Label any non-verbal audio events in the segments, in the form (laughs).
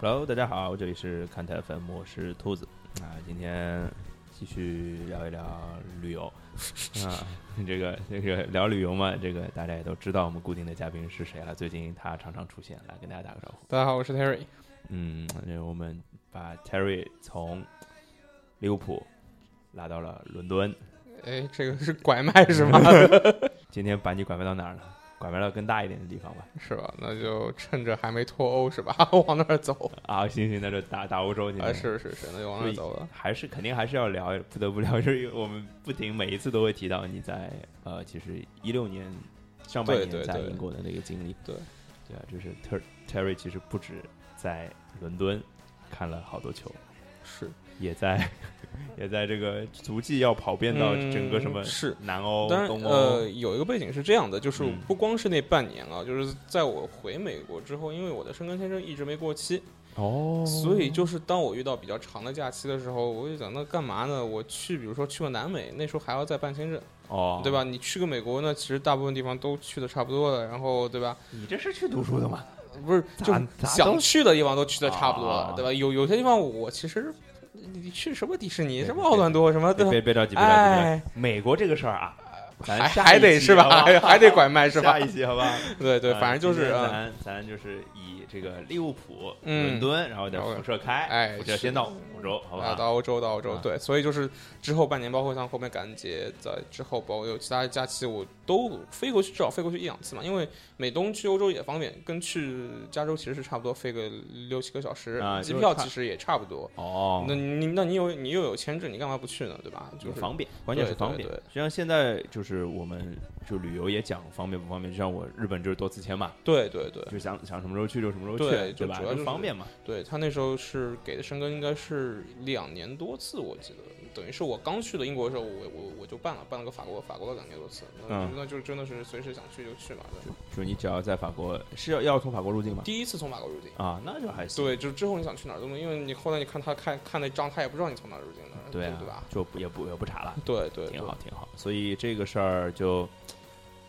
Hello，大家好，这里是看台 FM，我是兔子。啊，今天继续聊一聊旅游。啊，这个这个聊旅游嘛，这个大家也都知道我们固定的嘉宾是谁了。最近他常常出现，来跟大家打个招呼。大家好，我是 Terry。嗯，那我们把 Terry 从利物浦拉到了伦敦，哎，这个是拐卖是吗？嗯 (laughs) 今天把你拐卖到哪儿了？拐卖到更大一点的地方吧。是吧？那就趁着还没脱欧是吧？ (laughs) 往那儿走啊，行行，那就打打欧洲去。啊！是是是，那就往那儿走了。还是肯定还是要聊，不得不聊，就是我们不停每一次都会提到你在呃，其实一六年上半对年对在对英国的那个经历，对对啊，就是 Ter Terry 其实不止在伦敦看了好多球，是也 (laughs) 在也在这个足迹要跑遍到嗯整个什么是南欧、当然，东欧，呃，有一个背景是这样的，就是嗯不光是那半年啊，就是在我回美国之后，因为我的申根签证一直没过期，哦所以就是当我遇到比较长的假期的时候，我就想，那干嘛呢？我去，比如说去个南美，那时候还要再办签证，哦，对吧？？你去个美国呢，其实大部分地方都去的差不多了，然后对吧？你这是去读书的吗？不是，咋就咋想都去的地方都去的差不多啊了，对吧？有有些地方我其实，你你去什么迪士尼、对什么奥兰多、什么别的，别别着急，别着急别着急，啊哎，美国这个事儿啊，咱还下一还得期是好不吧？好还 (laughs) 还得拐卖是 (laughs) 吧下？一期好吧？对对，呃反正就今是天嗯咱咱就是以这个利物浦、嗯伦敦，然后再然后辐射开，哎辐射是先到欧洲，好啊，吧？到欧洲，到欧洲啊，对，所以就是之后半年，包括像后面感恩节，在之后，包括有其他的假期，我都飞过去，至少飞过去一两次嘛。因为美东去欧洲也方便，跟去加州其实是差不多，飞个六七个小时啊，机就是票差其实也差不多。哦那你那你有你又有签证，你干嘛不去呢？对吧？就就是方便，关键是对对方便。对实际上现在就是我们就旅游也讲方便不方便，就像我日本就是多次签嘛，对对对就想想什么时候去就什么时候去，对对就吧？主要就是方便嘛。对，他那时候是给的申根应该是两年多次，我记得，等于是我刚去的英国的时候，我我我就办了，办了个法国，法国的两年多次，那、嗯那就真的是随时想去就去嘛。对就是你只要在法国，是要要从法国入境吗？第一次从法国入境，啊，那就还行。对，就是之后你想去哪儿都能，因为你后来你看他看看那章，他也不知道你从哪儿入境的，对对啊，吧？就不也不也不查了，对对挺好，挺好。所以这个事儿就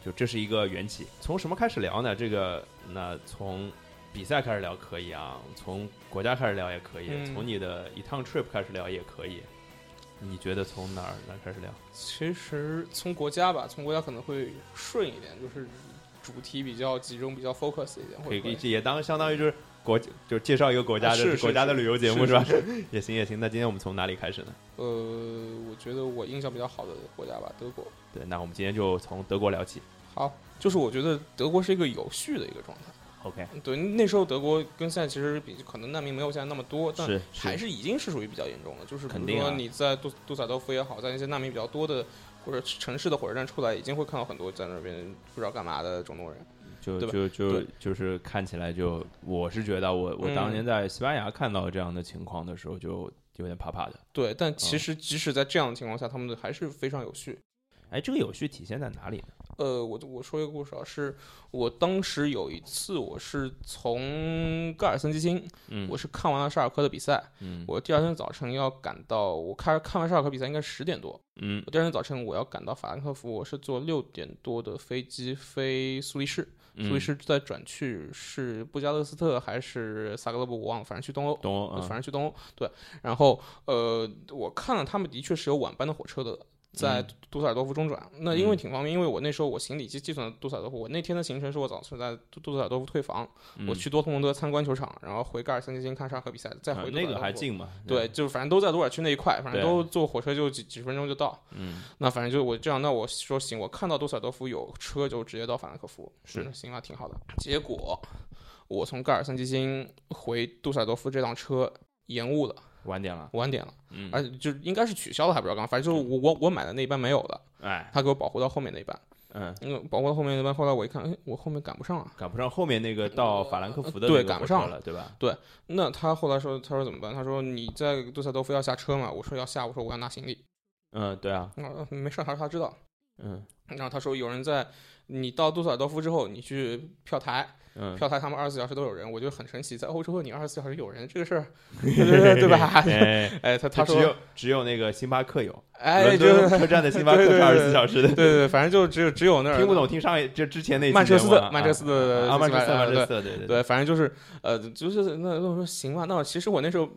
就这是一个缘起。从什么开始聊呢？这个那从比赛开始聊可以啊，从国家开始聊也可以，嗯从你的一趟 trip 开始聊也可以。你觉得从哪儿哪儿开始聊？其实从国家吧，从国家可能会顺一点，就是主题比较集中，比较 focus 一点，可会以，不会这也当相当于就是国就介绍一个国家啊的、是是国家的是旅游节是目是吧？ (laughs) 也行也行。那今天我们从哪里开始呢？呃，我觉得我印象比较好的国家吧，德国。对，那我们今天就从德国聊起。好，就是我觉得德国是一个有序的一个状态。 OK，对，那时候德国跟现在其实比可能难民没有现在那么多，但是还是已经是属于比较严重的。就是比肯如定啊说你在杜杜塞多夫也好，在那些难民比较多的或者城市的火车站出来，已经会看到很多在那边不知道干嘛的中东人。就对吧就就对就是看起来就，我是觉得我我当年在西班牙看到这样的情况的时候，就有点怕怕的。对，但嗯其实即使在这样的情况下，他们的还是非常有序。哎，这个有序体现在哪里呢？呃，我我说一个故事啊，是我当时有一次，我是从盖尔森基辛，嗯我是看完了沙尔科的比赛，嗯我第二天早晨要赶到，我开看完沙尔克比赛应该十点多，嗯我第二天早晨我要赶到法兰克福，我是坐六点多的飞机飞苏黎世，苏黎嗯世再转去是布加勒斯特还是萨格勒布，我忘了，反正去东欧。东欧反啊，正去东欧，对，然后呃，我看了他们的确是有晚班的火车的，在嗯杜塞尔多夫中转。那因为嗯挺方便，因为我那时候我行李寄寄存了杜塞尔多夫，我那天的行程是我早晨在杜杜塞尔多夫退房，我嗯去多特蒙德参观球场，然后回盖尔森基辛看沙尔克比赛，再啊回杜塞那个尔多还夫近嘛？对，，就反正都在鲁尔区那一块，反嗯正对都坐火车就几几十分钟就到。嗯，那反正就我这样，那我说行，我看到杜塞尔多夫有车就直接到法兰克福，是嗯行啊，挺好的。结果我从盖尔森基辛回杜塞尔多夫这趟车延误了，晚点了，晚点了，嗯，而且就应该是取消了，还不知道干嘛，反正就是我我我买的那一班没有了，哎，他给我保护到后面那一班，嗯，因为保护到后面那班，后来我一看，哎，我后面赶不上啊。赶不上后面那 (laughs) 个到法兰克福的对那个赶不火车上了，对吧？那他后来说，他说怎么办？他说你在杜塞尔多夫要下车吗？我说要下，我说我要拿行李。嗯，对啊，啊、没事儿，他说他知道。嗯然后他说有人在你到杜塞尔多夫之后，你去票台，嗯，？票台他们二十四小时都有人，我觉得很神奇，在欧洲你二十四小时有人这个事儿，对对吧 (laughs) 哎， (laughs) 哎，他他只有说，只有那个星巴克有，哎，伦就是敦车站的星巴克对对是对二十四小时的对，对对，反正就只有只有那儿听不懂，听上一就之前那期曼彻斯特节目啊曼彻斯特的啊，曼彻斯特，星巴克曼彻斯特，对对对，反正就是，呃，就是那那我说行吧，那其实我那时候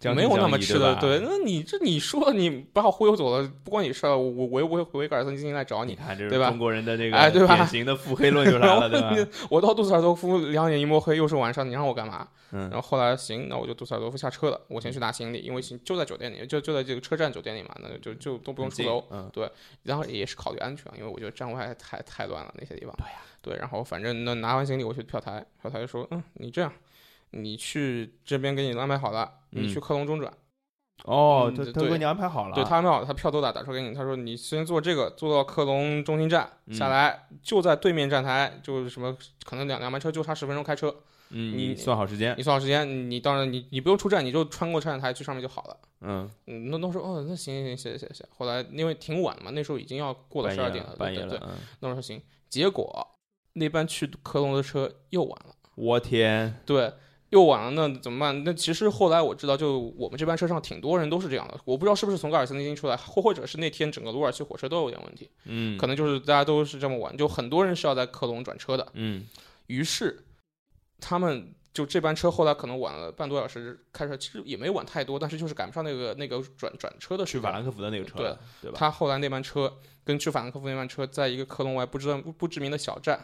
将没信有那将么疑吃的，对吧，对那你这你说你把我忽悠走了，不关你事儿，我我又不会回格尔森基金来找你你。看这对是吧中国人的这哎个对吧典型的腹黑论就来了，对 (laughs) 然后吧？你我到杜塞尔多夫两眼一摸黑，又是晚上，你让我干嘛？嗯然后后来行，那我就杜塞尔多夫下车了，我先去拿行李，因为行就在酒店里，就就在这个车站酒店里嘛，那就就 (laughs) 都不用很出近楼。嗯，然后也是考虑安全，因为我觉得站外太太乱了那些地方。对呀、对，然后反正那拿完行李我去票台，票台就说，嗯，你这样，你去这边给你安排好了，你嗯去科隆中转，哦，嗯他对他给你安排好了，啊对他安排好了，他票都打打车给你，他说你先坐这个，坐到科隆中心站下嗯来，就在对面站台，就是什么可能两两班车就差十分钟开车，嗯，你你算好时间，你算好时间，你当然你你不用出站，你就穿过站台去上面就好了。嗯，嗯，那都说哦，那行行行行行行。后来因为挺晚了嘛，那时候已经要过了半十夜二点了，半夜对对了，嗯那我说行，结果那班去科隆的车又晚了，我天，对，又晚了，那怎么办？那其实后来我知道，就我们这班车上挺多人都是这样的，我不知道是不是从戈尔森基金出来，或或者是那天整个鲁尔齐火车都有点问题，嗯可能就是大家都是这么晚，就很多人是要在科隆转车的，嗯，于是他们。就这班车后来可能晚了半多小时开车，其实也没晚太多，但是就是赶不上那个那个转转车的时去法间。兰克福的那个车对了，对吧？他后来那班车跟去法兰克福那班车，在一个科隆外不知道不知名的小站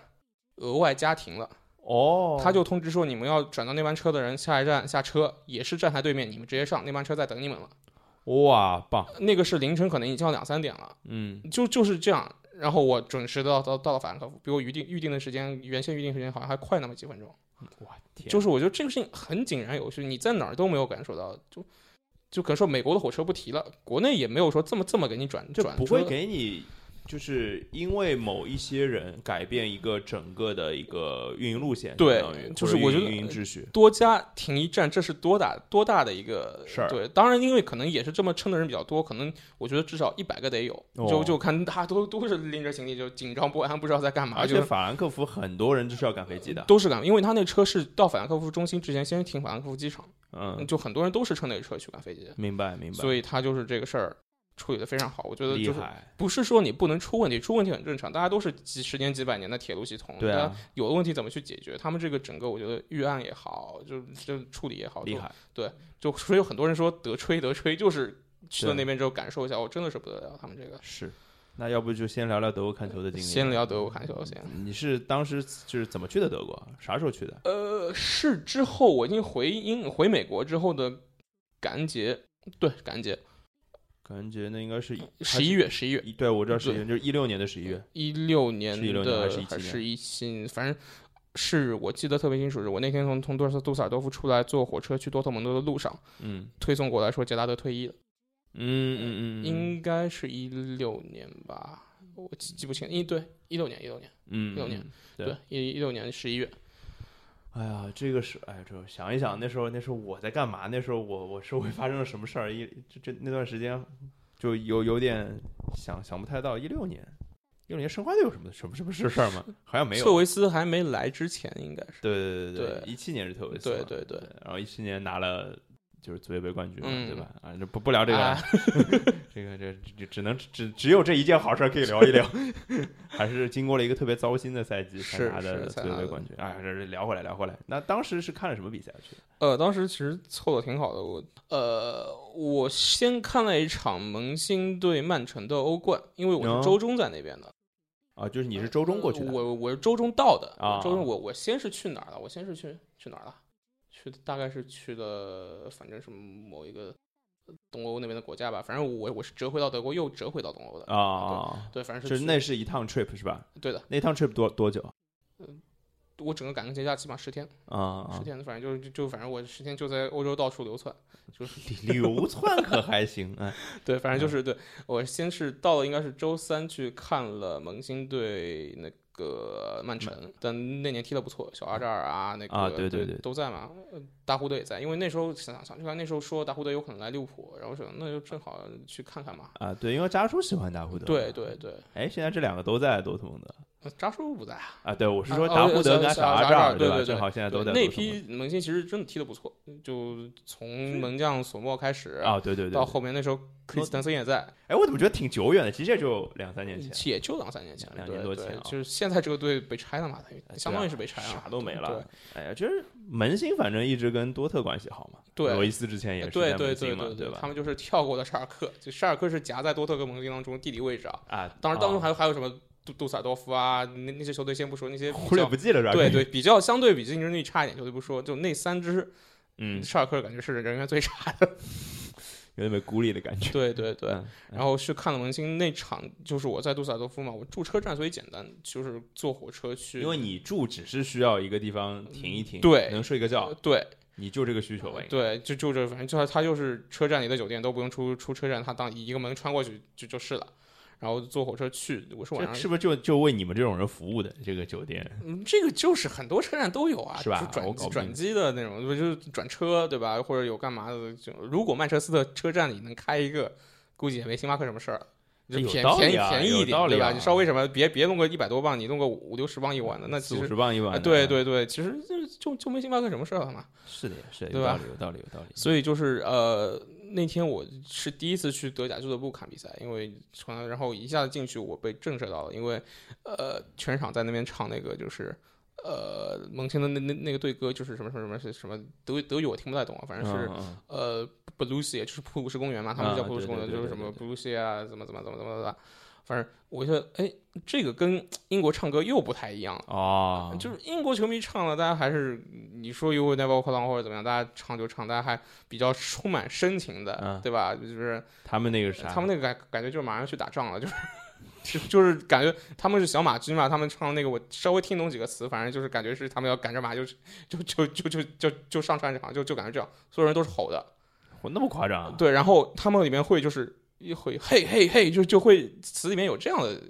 额外加停了。哦，他就通知说，你们要转到那班车的人，下一站下车，也是站台对面，你们直接上，那班车在等你们了。哇棒，那个是凌晨，可能已经要两三点了，嗯就就是这样。然后我准时到到到了法兰克福，比我预定预定的时间，原先预定时间好像还快那么几分钟。我天，就是我觉得这个事情很井然有序，你在哪儿都没有感受到，就就可能说美国的火车不提了，国内也没有说这么这么给你转这转不车会给你，就是因为某一些人改变一个整个的一个运营路线，对相当于就是或者我觉运得营秩序，多加停一站，这是多大多大的一个事儿对，当然，因为可能也是这么撑的人比较多，可能我觉得至少一百个得有。哦就就看大家都 (laughs) 都是拎着行李，就紧张不安，不知道在干嘛，而就且是法兰克福很多人就是要赶飞机的，都是赶，因为他那车是到法兰克福中心之前先停法兰克福机场，嗯，就很多人都是乘那个车去赶飞机的，明白明白，所以他就是这个事儿处理的非常好。我觉得厉就是害，不是说你不能出问题，出问题很正常，大家都是几十年几百年的铁路系统，对大啊家，有问题怎么去解决？他们这个整个我觉得预案也好，就就处理也好，厉就害，就所以有很多人说德吹德吹，就是去了对那边之后感受一下，我真的是不得了他们这个。是。那要不就先聊聊德国看球的经历？嗯先聊德国看球先。你是当时就是怎么去的德国？啥时候去的？呃，是之后我已经回英回美国之后的感恩节，对感恩节，感觉那应该是十一，月十一月还是对，我知道十一对月，就是一六年的十一月。一六年16年的还是17年是一七，反正是我记得特别清楚，是我那天从从多尔杜塞尔多夫出来坐火车去多特蒙德的路上，嗯推送过来说杰拉德退役了。嗯嗯嗯，嗯应该是一六年吧，我记记不清，一对一六年一六年嗯16年嗯对对一一六年十一月，哎呀，这个是哎呀，这想一想，那时候那时候我在干嘛？那时候我我社会发生了什么事儿？一这这那段时间就有有点想想不太到。一六年，一六年申花队有什么什么什么事事儿吗？好像没有。特维斯还没来之前应该是对对对对一七年是特维斯嘛，对对对然后一七年拿了就是足协杯冠军嘛，嗯对吧？啊，就不不聊这个了，啊 (laughs) 这个这这只能只只有这一件好事儿可以聊一聊， (laughs) 还是经过了一个特别糟心的赛季才是拿是的才足协拿杯的冠军。哎，这这聊回来聊回来，那当时是看了什么比赛去的？呃，当时其实凑的挺好的。我呃，我先看了一场萌新对曼城的欧冠，因为我哦是周中在那边的，啊，就是你是周中过去的，呃我我是周中到的。啊我周中我我先是去哪儿了？我先是去去哪儿了？去大概是去了，反正是某一个东欧那边的国家吧。反正我我是折回到德国，又折回到东欧的。啊，对，反正就是是去那是一趟 trip 是吧？对的。那趟 trip 多多久啊我整个感恩节假期嘛，十天，啊？十啊天，反正就就就反正我十天就在欧洲到处流窜，就是流窜可还行，哎，对，反正就是对我先是到了，应该是周三去看了萌新对那个曼城，但那年踢的不错，小阿扎尔啊，那嗯个啊对对对对都在嘛，呃大胡德也在，因为那时候想想去看，那时候说大胡德有可能来利物浦，然后我想那就正好去看看嘛。啊，对，因为扎叔喜欢达胡德。对，对对，哎，现在这两个都在多特蒙德呃扎叔不在啊，啊。对，我是说啊达胡德哦跟小小阿小阿扎扎尔尔吧？对对对正好现在哎都在那多特蒙批门兴其实真的踢的不错，就从门将索莫开始德，嗯啊，对对对到对。后面那时候克里斯滕森也在，哎，我怎么觉得挺久远的？其实也就两三年前，也就两三年前，两对年多对前啊就是现在这个队被拆了嘛，等于对啊相当于是被拆了，啥都没对了。哎呀，其实门兴反正一直跟多特关系好嘛。对罗伊斯之前也是对在对门对兴嘛，对，他吧？们就是跳过了沙尔克，就沙尔克是夹在多特跟蒙丁当中地理位置啊。啊，当然，当中啊还有还有什么杜杜萨多夫啊，那那些球队先不说，那些忽比略较不计了，是吧？对，对比较相对比竞争力差一点球队不说，就那三支嗯，沙尔克感觉是人员最差的。有点被孤立的感觉。对对 (laughs) 对，嗯，然后去看了文星那场，就是我在杜萨多夫嘛，我住车站，所以简单，就是坐火车去。因为你住只是需要一个地方停一停，对能睡个觉，对你就这个需求吧。应该对，就就这，反正就它它就是车站里的酒店都不用出出车站，它当一个门穿过去就就是了。然后坐火车去，我是晚这上是不是就就为你们这种人服务的这个酒店？嗯，这个就是很多车站都有啊，是吧就转我机搞不转明机的那种，就是转车对吧？或者有干嘛的？就如果曼彻斯特车站里能开一个，估计也没星巴克什么事儿了。就有便道便宜理啊便宜一有点，道对理吧？啊你稍微什么，别别弄个一百多磅，你弄个五六十磅一碗的，那四其五实十磅一啊，晚。对，对对，其实就就就没星巴克什么事儿了嘛。是的，是的，对有吧道理，有道理，有道理。所以就是呃，那天我是第一次去德甲俱乐部看比赛，因为从来然后一下子进去，我被震慑到了，因为呃，全场在那边唱那个就是。呃，蒙清的那那那个队歌就是什么什么什么是什么德德语我听不太懂啊，反正是、嗯嗯呃布鲁西，就是普鲁士公园嘛，他们啊叫普鲁对士对公园，对就对是什对么对布鲁西啊，怎么怎么怎么怎么怎么，反正我觉得哎，这个跟英国唱歌又不太一样了。哦，啊就是英国球迷唱了，大家还是你说 “You will never walk alone” 或者怎么样，大家唱就唱，大家还比较充满深情的，嗯啊对吧？就是他们那个啥，他们那个感感觉就是马上去打仗了，就是就就是感觉他们是小马驹嘛，他们唱那个我稍微听懂几个词，反正就是感觉是他们要赶着马就就就就就就就上战场，就就感觉这样，所有人都是吼的，那么夸张啊？对，然后他们里面会就是一会嘿嘿嘿，就就会词里面有这样的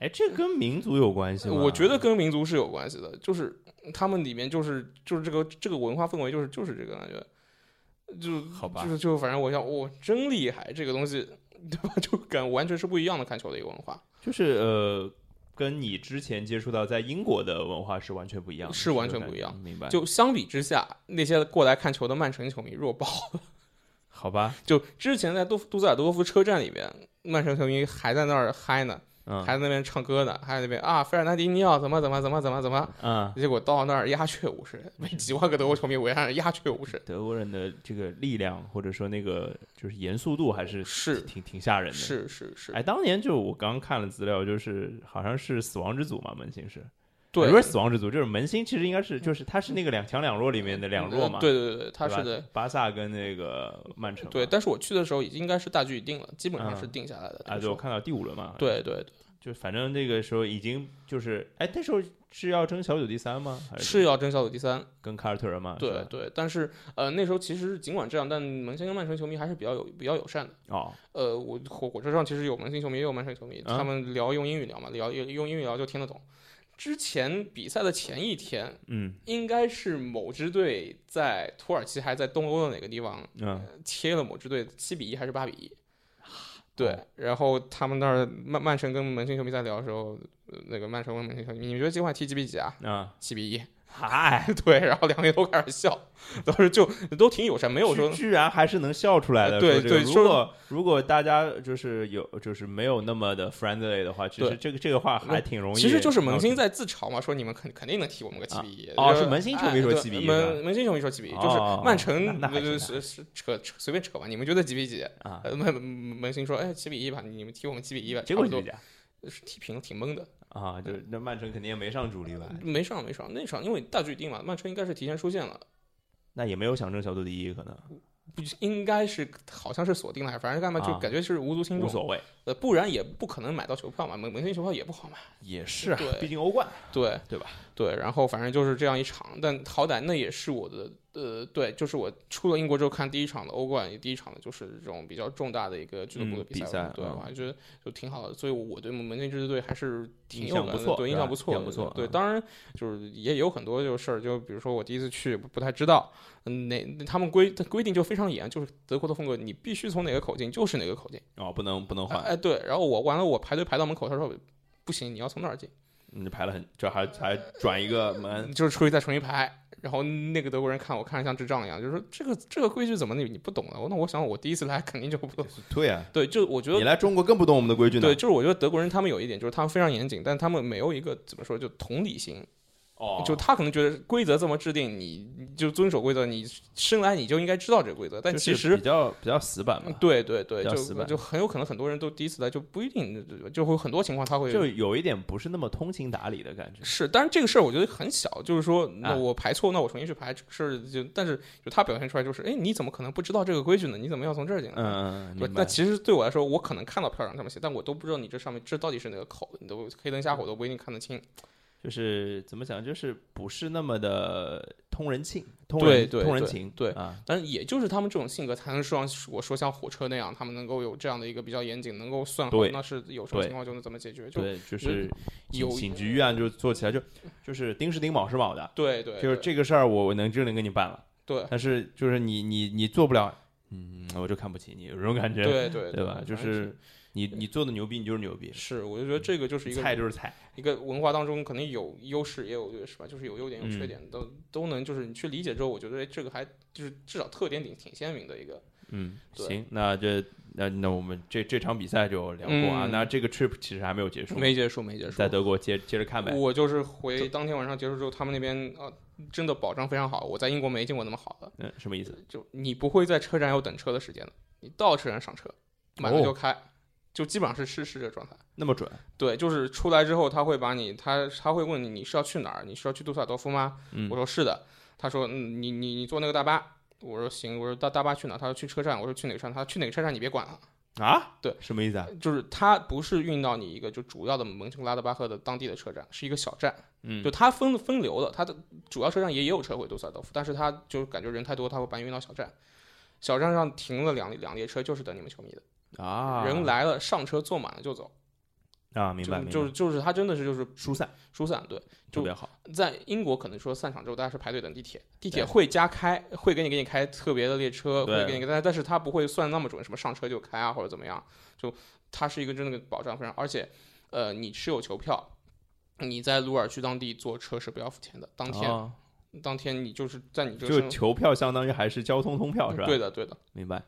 哎，这跟民族有关系吗？呃我觉得跟民族是有关系的，就是他们里面就是就是这个这个文化氛围就是就是这个感觉，就好吧就是就反正我想，哇、真厉害，这个东西对吧？ (laughs) 就感完全是不一样的看球的一个文化，就是呃，跟你之前接触到在英国的文化是完全不一样的，是完全这个不一感觉样。明白？就相比之下，那些过来看球的曼城球迷弱爆。 (laughs) 好吧，就之前在杜杜塞尔多夫车站里面，曼城球迷还在那儿嗨呢，嗯还在那边唱歌呢，还在那边啊，费尔南迪尼奥怎么怎么怎么怎么怎么，嗯，结果到那儿鸦雀无声，被 (laughs) 几万个德国球迷围上鸦雀无声。德国人的这个力量或者说那个就是严肃度还是是挺挺吓人的。是是是，哎，当年就我刚看了资料，就是好像是死亡之组嘛，门兴是，对，也不是死亡之组，就是门兴其实应该是就是它是那个两强两弱里面的两弱嘛，呃对对对，他对吧是的，巴萨跟那个曼城嘛，对。但是我去的时候已经应该是大局已定了，基本上嗯是定下来的。啊，那对时我候看到第五轮嘛，，对对对，就反正那个时候已经就是，哎，那时候是要争小组第三吗？还是要争小组第三。跟凯尔特人嘛？啊是对吧对，但是呃那时候其实尽管这样，但门兴跟曼城球迷还是比较有比较友善的。哦，呃，我火火车上其实有门兴球迷，也有曼城球迷，啊他们聊用英语聊嘛，聊用英语聊就听得懂。之前比赛的前一天，嗯应该是某支队在土耳其还在东欧的哪个地方嗯，切了某支队七比一还是八比一。对，然后他们那儿曼曼城跟门兴球迷在聊的时候，呃那个曼城问门兴球迷：“你觉得今晚踢几比几啊？”啊，七比一。嗨， (laughs) 对，然后两个人都开始笑，当时就都挺友善，没没有说居然还是能笑出来的。呃对说这个对如说果如果大家就是有就是没有那么的 friendly 的话，其实对这个这个话还挺容易。其实就是萌新在自嘲嘛，说你们肯肯定能踢我们个七比一。啊哦就是萌新球迷说哎对7比1是吧萌萌新球迷说七比一，就是哦曼城那那还行呃那是是扯扯随便扯吧，你们觉得几比几？啊，呃，萌萌新说，哎，七比一吧，你们踢我们七比一吧，结果差就不这样多是踢平了，挺懵的，啊，就是那曼城肯定也没上主力吧，没上没上那场，因为大局已定嘛，曼城应该是提前出线了，那也没有想争小组第一，可能不应该是好像是锁定了，还是反正干嘛就啊感觉是无足轻无重，所谓。呃，不然也不可能买到球票嘛，萌萌新球票也不好买。也是啊对，毕竟欧冠对对吧？对，然后反正就是这样一场，但好歹那也是我的呃，对，就是我出了英国之后看第一场的欧冠，第一场的就是这种比较重大的一个俱乐部的嗯比赛，比赛对，嗯我还觉得就挺好的，所以我对门内这支队还是挺印有象感不的错对，对印象吧不错印象的，不错对，嗯当然就是也有很多就是事儿，就比如说我第一次去不不太知道，嗯，哪他们规规定就非常严，就是德国的风格，你必须从哪个口径就是哪个口径，哦，不能不能哎换，哎，对，然后我完了我排队排到门口，他说不行，你要从那儿进。你排了很，这还还转一 (laughs) 个门，就是出去再重新排。然后那个德国人看我看着像智障一样，就说这个这个规矩怎么你你不懂了？那我想我第一次来肯定就不懂。对啊，对，就我觉你得来中国更不懂我们的规矩呢对，。就是我觉得德国人他们有一点就是他们非常严谨，但他们没有一个怎么说就同理心，哦，就他可能觉得规则这么制定，你你就遵守规则，你生来你就应该知道这个规则，但就是其实比。较比较死板嘛，对对对，比较就死板就很有可能很多人都第一次来就不一定，就就会很多情况他会就有一点不是那么通情达理的感觉。是，但是这个事儿我觉得很小，就是说，那啊我排错，那我重新去排，这个事儿就，但是就他表现出来就是，哎，你怎么可能不知道这个规矩呢？你怎么要从这儿进来？嗯，嗯对，明那白。其实对我来说，我可能看到票上这么写，但我都不知道你这上面这到底是哪个口，你都黑灯瞎火都不一定看得清。就是怎么讲，就是不是那么的通人情，通对人对通人对情，对啊，但也就是他们这种性格，才能说像我说像火车那样，他们能够有这样的一个比较严谨，能够算好对那是有什么对情况就能怎么解决，就对，就觉得是有警警局啊，就做起来就就是丁是丁，卯是卯的，对对，就是对这个事儿我我能真能给你办了，对但是就是你你你做不了，嗯，我就看不起你，有这种感觉，对对对吧？就反正是你你做的牛逼，你就是牛逼，是，我就觉得这个就是一个菜就是菜，一个文化当中肯定有优势也有劣势吧，就是有优点有嗯缺点，都都能就是你去理解之后，我觉得哎这个还就是至少特点挺挺鲜明的一个。嗯，对行，那这那那我们这这场比赛就聊过啊，嗯那这个 trip 其实还没有结束，没结束，没结束在。德国接接着看呗，我就是回当天晚上结束之后，他们那边啊、真的保障非常好，我在英国没见过那么好的。嗯，什么意思？就你不会在车站有等车的时间的，你到车站上车，满了哦就开，就基本上是是是这个状态。那么准，对，就是出来之后，他会把你，他他会问你你是要去哪儿？你是要去杜塞尔多夫吗？嗯我说是的。他说嗯，你你你坐那个大巴。我说行。我说大大巴去哪儿？他说去车站。我说去哪个车站？他说去哪个车站你别管了。啊？对，什么意思啊？就是他不是运到你一个就主要的蒙城拉德巴赫的当地的车站，是一个小站。嗯就他分分流的，他的主要车站也也有车回杜塞尔多夫，但是他就感觉人太多，他会把你运到小站。小站上停了两两列车，就是等你们球迷的。啊，人来了，上车坐满了就走。啊，明白，就明白就是就是他真的是就是疏散疏散，对。特就别好，在英国可能说散场之后，大家是排队等地铁，地对铁会加开，会给你给你开特别的列车，对会给你，但但是它不会算那么准，什么上车就开啊或者怎么样，就它是一个真的保障非常，而且，呃，你持有球票，你在鲁尔区当地坐车是不要付钱的，当天、啊当天你就是在你这个就身球票相当于还是交通通票是吧？对，的对的，明白。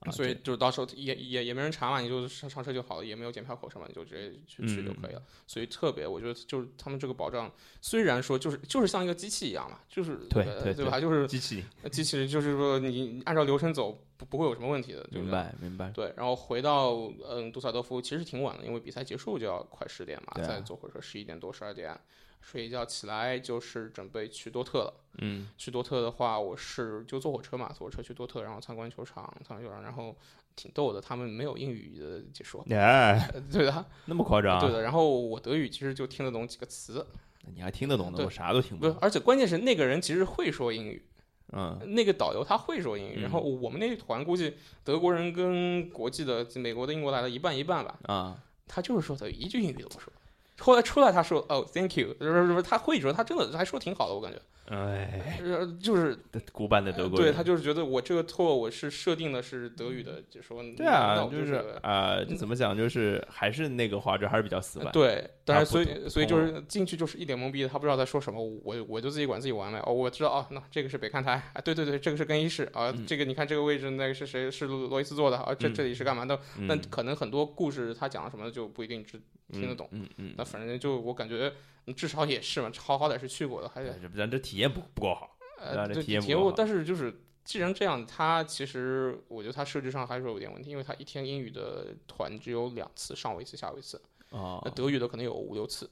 啊所以这就是到时候也也也没人查嘛，你就上上车就好了，也没有检票口什么，你就直接去去就可嗯以了。所以特别，我觉得就是他们这个保障，虽然说就是就是像一个机器一样嘛，就是对呃对对吧？就是呃机器，机器人就是说你按照流程走不不会有什么问题的，对明不对？白 (laughs) 明白。对，然后回到嗯杜塞尔多夫其实挺晚的，因为比赛结束就要快十点嘛，对啊再坐火车十一点多十二点睡一觉起来就是准备去多特了。嗯，，去多特的话，我是就坐火车嘛，坐火车去多特，然后参观球场，参观球场，然后挺逗的，他们没有英语的解说哎，呃对的，那么夸张啊？对的。然后我德语其实就听得懂几个词，你还听得懂的，对我啥都听不不是，懂。而且关键是那个人其实会说英语，嗯，那个导游他会说英语，嗯然后我们那团估计德国人跟国际的美国的、英国来的一半一半吧，啊，他就是说德语，一句英语都不说。后来出来他说哦，thank you，不是不是不是，他会说，他真的还说挺好的，我感觉，哎，呃就是古板的德国对人，他就是觉得我这个错我是设定的是德语的，就说对那啊，我就就是个啊，这怎么讲？就是还是那个话，就还是比较死板。对，当然不所懂以所以就是进去就是一脸懵逼的，他不知道在说什么，我我就自己管自己玩呗。哦，我知道哦，那这个是北看台啊，对对对，这个是更衣室啊，这个你看这个位置那个是谁是罗伊斯坐的啊，这嗯这里是干嘛的？嗯，但可能很多故事他讲了什么就不一定知听得懂。嗯嗯，那反正就我感觉嗯至少也是嘛，好好歹是去过的，还得嗯咱这体验不不够好。呃，让人对，体验不体够过好但是就是，既然这样，它其实我觉得它设置上还是有点问题，因为它一天英语的团只有两次，上午一次，下午一次。哦那，德语的可能有五六次。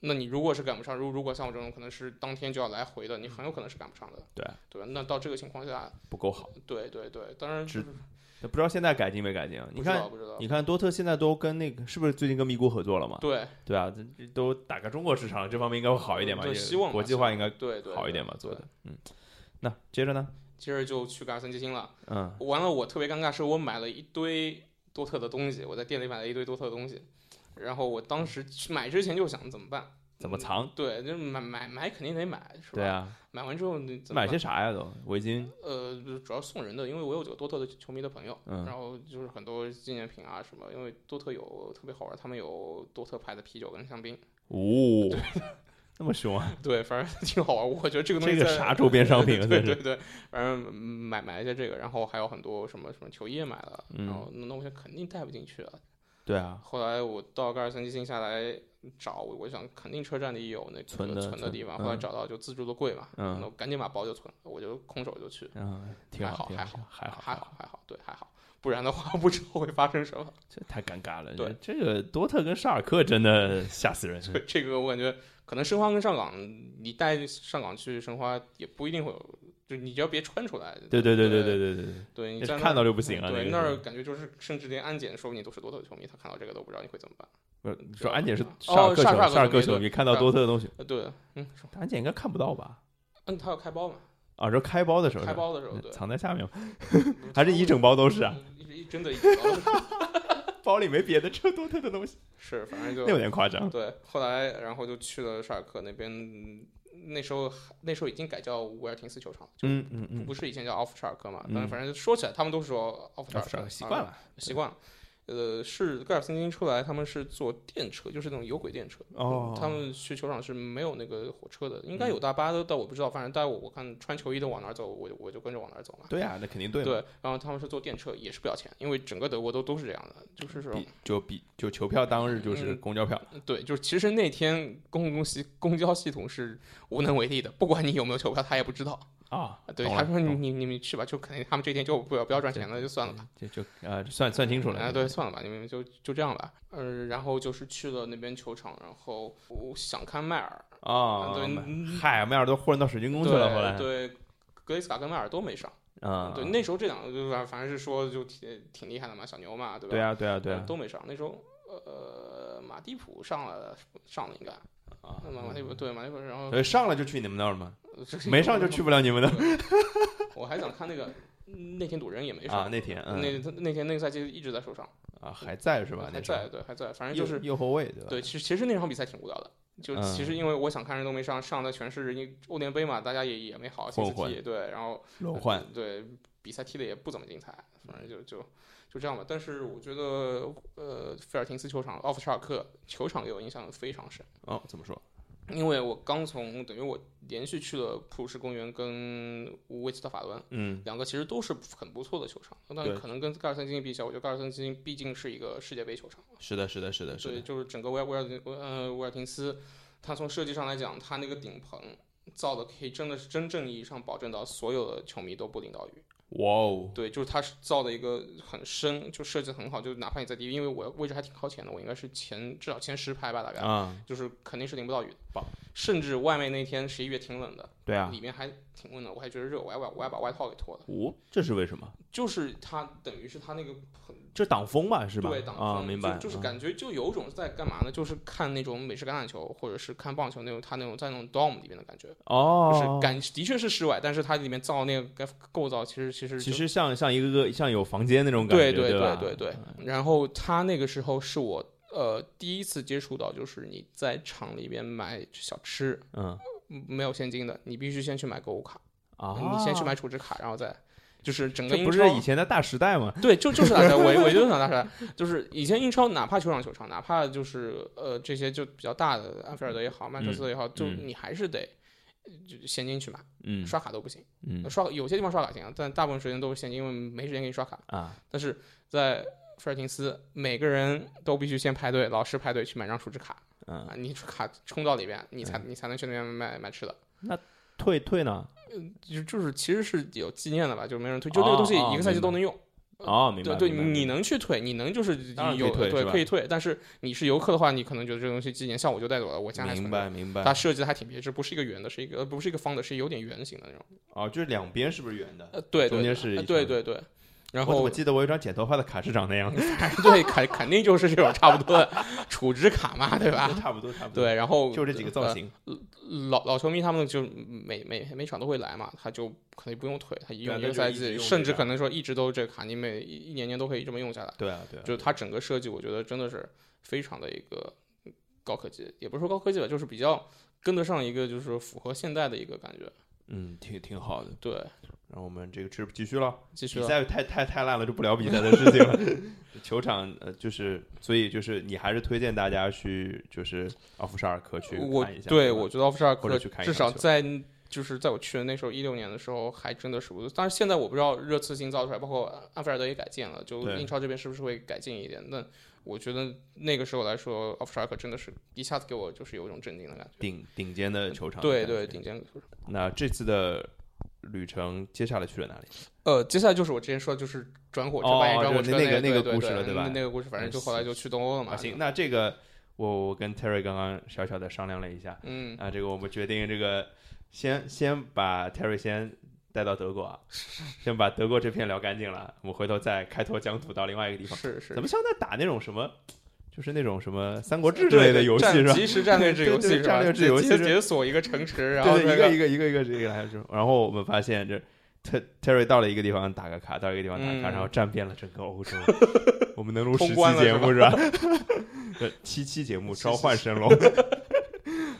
那你如果是赶不上，如如果像我这种可能是当天就要来回的，你很有可能是赶不上的。嗯对对吧？那到这个情况下，不够好。对对对，当然只就是不知道现在改进没改进啊？你不知看道，不知道。你看，多特现在都跟那个是不是最近跟咪咕合作了嘛？对对啊，这这都打开中国市场，这方面应该会好一点嘛？对也嗯希望吧国际化应该对对，好一对点吧，做对的，嗯。那接着呢？接着就去嘎尔森基辛了。嗯完了，我特别尴尬，是我买了一堆多特的东西，我在店里买了一堆多特的东西，然后我当时去买之前就想怎么办？怎么嗯藏对，就是买买买肯定得买，是吧？对。啊，买完之后你怎么买办些？啥呀都？围 (laughs) 巾，呃，主要是送人的，因为我有几个多特的球迷的朋友，嗯然后就是很多纪念品啊什么，因为多特有特别好玩，他们有多特牌的啤酒跟香槟， (laughs) 哦， (laughs) 那么凶啊？对，反正挺好玩。我觉得这个东这西个 (laughs) 在啥周边商品啊？对这对是，对，反正嗯买买一些这个，然后还有很多什么什么球衣也买了，嗯然后那东西肯定带不进去了。对啊，后来我到盖尔森基辛下来找，我我想肯定车站里有那个存的存的存地方，嗯后来找到就自助的柜嘛，嗯那我赶紧把包就存了，我就空手就去，嗯，挺还好挺还好，还还好，还。好还好，对还好，不然的话 (laughs) 不知道会发生什么。这太尴尬了。对这，这个多特跟沙尔克真 (laughs) 的吓死人。对这个我感觉可能申花跟上港，你带上港去申花也不一定会有，就你只要别穿出来，对对对对对对对对对，对，你那在看到。到就不行啊。对，个那儿是感觉就是，甚至连安检说不定都是多特球迷，他看到这个都不知道你会怎么办。不是你说安检是哦沙尔克沙球尔克沙尔克球迷球迷对看到多特的东西，呃，对，嗯，说安检应该看不到吧？嗯，他要开包嘛，啊，这开包的时候是开吧，包的时候，对，藏在下面吗，嗯还是一整包都是啊？嗯一一真的一整包都是包里没别的，只有多特的东西，是，反正那有就点夸张。对。后来，然后就去了沙尔克那边，嗯那时候还那时候已经改叫维尔廷斯球场了，就嗯嗯嗯，不是以前叫奥夫查尔克嘛，嗯但是反正说起来，他们都说奥夫查啊尔是啊克，习惯了。嗯，习惯了。呃，是盖尔森金出来，他们是坐电车，就是那种有轨电车。哦，他们去球场是没有那个火车的，应该有大巴的，但我不知道。反正但我我看穿球衣的往哪儿走，我就我就跟着往哪儿走嘛。对啊，那肯定对嘛。对，然后他们是坐电车，也是不要钱，因为整个德国都都是这样的，就是说，比就比就球票当日就是嗯公交票，对，就是其实那天公共系公交系统是无能为力的，不管你有没有球票，他也不知道。啊，对，懂他了说你懂了你你们去吧，就肯定他们这天就不要不要赚钱了，就算了吧。就就呃算算清楚了啊，对，算了吧，你们就就这样吧。嗯，然后就是去了那边球场，然后我想看迈尔，啊，对嗯嗨，迈尔都混到水晶宫去了，后来，对，对格雷斯卡跟迈尔都没上。嗯，对，那时候这两个就是反反正是说就挺挺厉害的嘛，小牛嘛，对吧？对啊，对啊，对啊，都没上。那时候呃，马蒂普上了上了应该，啊那么马蒂普对马蒂普，然后所以上了就去你们那儿了吗？这呃是一个没上就问题去不了你们那儿我还想看那个那天赌人也没啊。上，那天，嗯，那那天那个赛季一直在受伤，啊还在是吧？还那时候在对还在，反正就是右右后卫对吧？对，其实其实那场比赛挺无聊的。就嗯其实因为我想看人都没上，上的全是人家欧联杯嘛，大家也也没好好心思混混踢，对，然后轮换，对，比赛踢的也不怎么精彩，反正就就就这样吧。但是我觉得，呃，菲尔廷斯球场、奥夫查尔克球场给我印象非常深，哦，怎么说？因为我刚从等于我连续去了普鲁士公园跟威斯特法伦。嗯，两个其实都是很不错的球场，但对可能跟盖尔森基金比较，我觉得盖尔森基金毕竟是一个世界杯球场，是的，是的，是的，所是以的，就是整个维尔维尔呃维尔廷斯，它从设计上来讲，它那个顶棚造的可以真的是真正意义上保证到所有的球迷都不淋到雨。哇哦，对，就是它是造的一个很深，就设计得很好，就哪怕你在第一，因为我位置还挺靠前的，我应该是前至少前十排吧，大概，啊，就是肯定是淋不到雨的棒。 (laughs) 甚至外面那天十一月挺冷的，对啊，里面还挺温的，我还觉得热，我还把我还把外套给脱了。哦，这是为什么？就是它等于是它那个这挡风吧，是吧？对挡啊，风明白，就，就是啊感觉就有种在干嘛呢？就是看那种美式橄榄球或者是看棒球那种，它那种在那种 dome 里面的感觉，就哦，是感的确是室外，但是它里面造那个构造其实其实其就实像像一个个像有房间那种感觉，对对吧嗯对对对。然后他那个时候是我呃第一次接触到，就是你在厂里边买小吃嗯嗯没有现金的，你必须先去买购物卡，啊，你先去买储值卡，然后再就是整个这英不超是以前的大时代吗？ (laughs) 对，就就是大时代，我我就是想大时代，就是以前英超哪怕球场球场，哪怕就是呃这些就比较大的安菲尔德也好，曼彻斯特也好，就嗯你还是得。就现金去买，嗯刷卡都不行。嗯刷有些地方刷卡行，但大部分时间都是现金，因为没时间给你刷卡。啊，但是在菲尔廷斯，每个人都必须先排队，老师排队去买张储值卡嗯，啊，你卡充到里边，你才你才能去那边买买吃的，退退呢？就就是其实是有纪念的吧，就没人退，就那个东西哦哦一个赛季都能用，哦，明白，对对，明白你能去退，你能就是当然可以有退对是吧可以退，但是你是游客的话，你可能觉得这个东西纪念，像我就带走了，我家还明存白着。明它白设计的还挺别致，不是一个圆的，是一个呃不是一个方的，是有点圆形的那种。哦，就是两边是不是圆呃，的？对，对中间对是一呃对圈对对。然我怎后么记得我有张剪头发的卡是长那样的， (laughs) 对，肯肯定就是这种差不多的 (laughs) 储值卡嘛，对吧？差不多差不多，对，然后就这几个造呃型，老老球迷他们就每每每场都会来嘛，他就可能不用退，他用对一个他就赛一直季，用甚这至张可能说一直都是这个卡，你每一一年年都可以这么用下来。对啊对啊，就是它整个设计，我觉得真的是非常的一个高科技，也不是说高科技吧，就是比较跟得上一个就是符合现代的一个感觉。嗯，挺挺好的。对，然后我们这个是不是继续了？继续比了。赛太太太烂了，就不聊比赛的事情了。 (laughs) 球场呃，就是所以就是你还是推荐大家去就是奥夫沙尔克去我看一下。对吧我觉得奥弗尔或克者去看一至场少球在就是在我去的那时候，一六年的时候还真的是不错，但是现在我不知道热刺新造出来，包括安菲尔德也改建了，就对英超这边是不是会改进一点？那我觉得那个时候来说，奥弗尔克真的是一下子给我就是有一种震惊的感觉。顶顶尖的球场。对对，。顶尖那这次的旅程接下来去了哪里？呃，接下来就是我之前说，就是转火车，哦扮演转火就是车那个个那个对故事了对对吧嗯那那个故事，反正就后来就去东欧了嘛。嗯啊，行，那这个我我跟 Terry 刚刚小小的商量了一下嗯，啊，这个我们决定这个先先把 Terry 先。带到德国 (laughs) 啊，先把德国这片聊干净了，我们回头再开拓疆土到另外一个地方。是是咱，们像在打那种什么，就是那种什么《三国志》之类的游戏战是吧？即时战略制游戏对是对吧？战略制游戏解是解锁一个 (laughs) 城池，然后对对，那一个一个一个一个这个来着。然后我们发现这 Ter- Terry 到了一个地方打个卡，到一个地方打个卡，嗯然后占遍了整个欧 (laughs) 洲。我们能录通十关期了节是吧目是吧？ (laughs) 对，七期节目是召是唤是 (laughs) 神龙。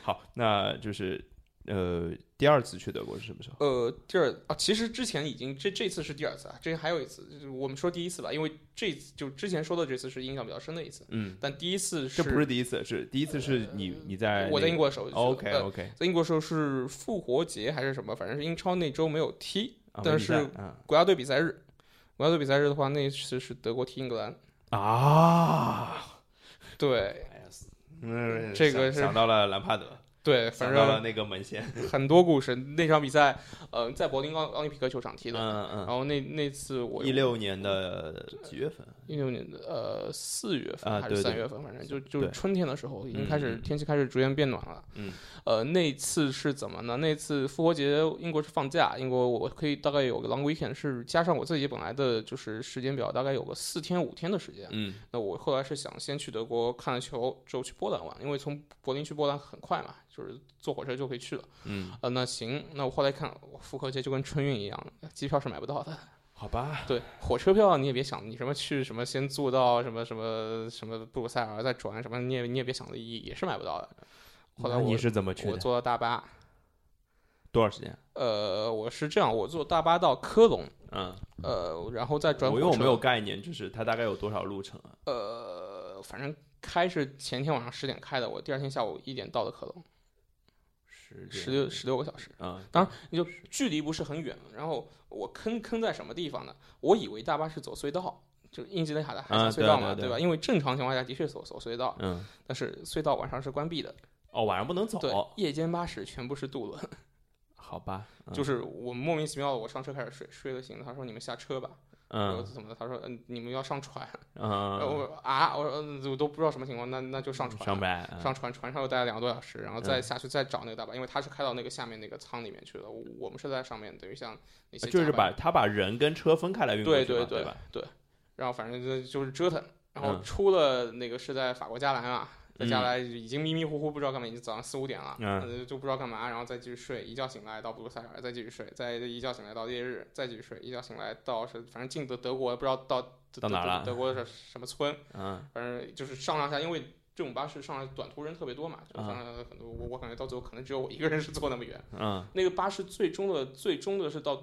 好，那就是呃，第二次去德国是什么时候？呃，第二啊，其实之前已经这这次是第二次啊，之前还有一次，就是我们说第一次吧，因为这次就之前说的这次是印象比较深的一次，嗯，但第一次这不是第一次，是第一次是你你在我在英国。国的时候就去了 OK 呃 OK，在英国的时候是复活节还是什么，反正是英超那周没有踢啊但没比赛是嗯国家队比赛日。国家队比赛日的话，那次是德国踢英格兰，啊，对嗯，这想个是想到了兰帕德，对，想反到了正那个门线，很多故事。那场比赛，呃，在柏林奥奥林匹克球场踢的。嗯然后那那次我嗯，一六年的几月份？一六年的呃四月啊份还是对三对月份，反正就就是对春天的时候已经开嗯始、嗯天气开始逐渐变暖了。嗯，呃，那次是怎么呢？那次复活节英国是放假，英国我可以大概有个 long weekend，是加上我自己本来的就是时间表，大概有个四天五天的时间。嗯，那我后来是想先去德国看了球，之后去波兰玩，因为从柏林去波兰很快嘛，就是坐火车就可以去了。嗯，呃，那行，那我后来看复活节就跟春运一样，机票是买不到的。好吧，对，火车票你也别想，你什么去什么先坐到什么什么什么布鲁塞尔再转什么，你也你也别想的也也是买不到的。后来那我你是怎么去我的？坐到大巴，多少时间？呃，我是这样，我坐大巴到科隆，嗯，呃，然后再我转因火为我车。没有概念，就是它大概有多少路程啊？呃，反正开是前天晚上十点开的，我第二天下午一点到的科隆，十十六十六个小时。啊，当然，你就距离不是很远。然后我坑坑在什么地方呢？我以为大巴是走隧道，就英吉内塔的海峡啊隧对道对嘛，对吧？因为正常情况下的确走走隧道，嗯，但是隧道晚上是关闭的。哦，晚上不能走，对，夜间巴士全部是渡轮，好吧，嗯就是我莫名其妙的，我上车开始睡，睡了醒了，他说你们下车吧，我说嗯怎么了？他说嗯，你们要上船，嗯，然后我说啊，我说嗯我都不知道什么情况，那那就上船，上班，嗯上船，船上又待了两个多小时，然后再嗯下去再找那个大巴，因为他是开到那个下面那个舱里面去的，我我们是在上面，等于像那些啊就是甲板把他把人跟车分开来运过对去嘛，对吧？对，然后反正就就是折腾，然后嗯出了那个是在法国加莱嘛，在加嗯莱已经迷迷糊糊不知道干嘛，已经早上四五点了，嗯呃就不知道干嘛，然后再继续睡，一觉醒来到布鲁塞尔，再继续睡，再一觉醒来到烈日，再继续睡，一觉醒来到是反正进德德国不知道到德到哪德了德国是什么村，嗯，反正就是上上下，因为这种巴士上来短途人特别多嘛，啊就上上下下很多，我我感觉到最后可能只有我一个人是坐那么远。嗯，那个巴士最终的最终的是到，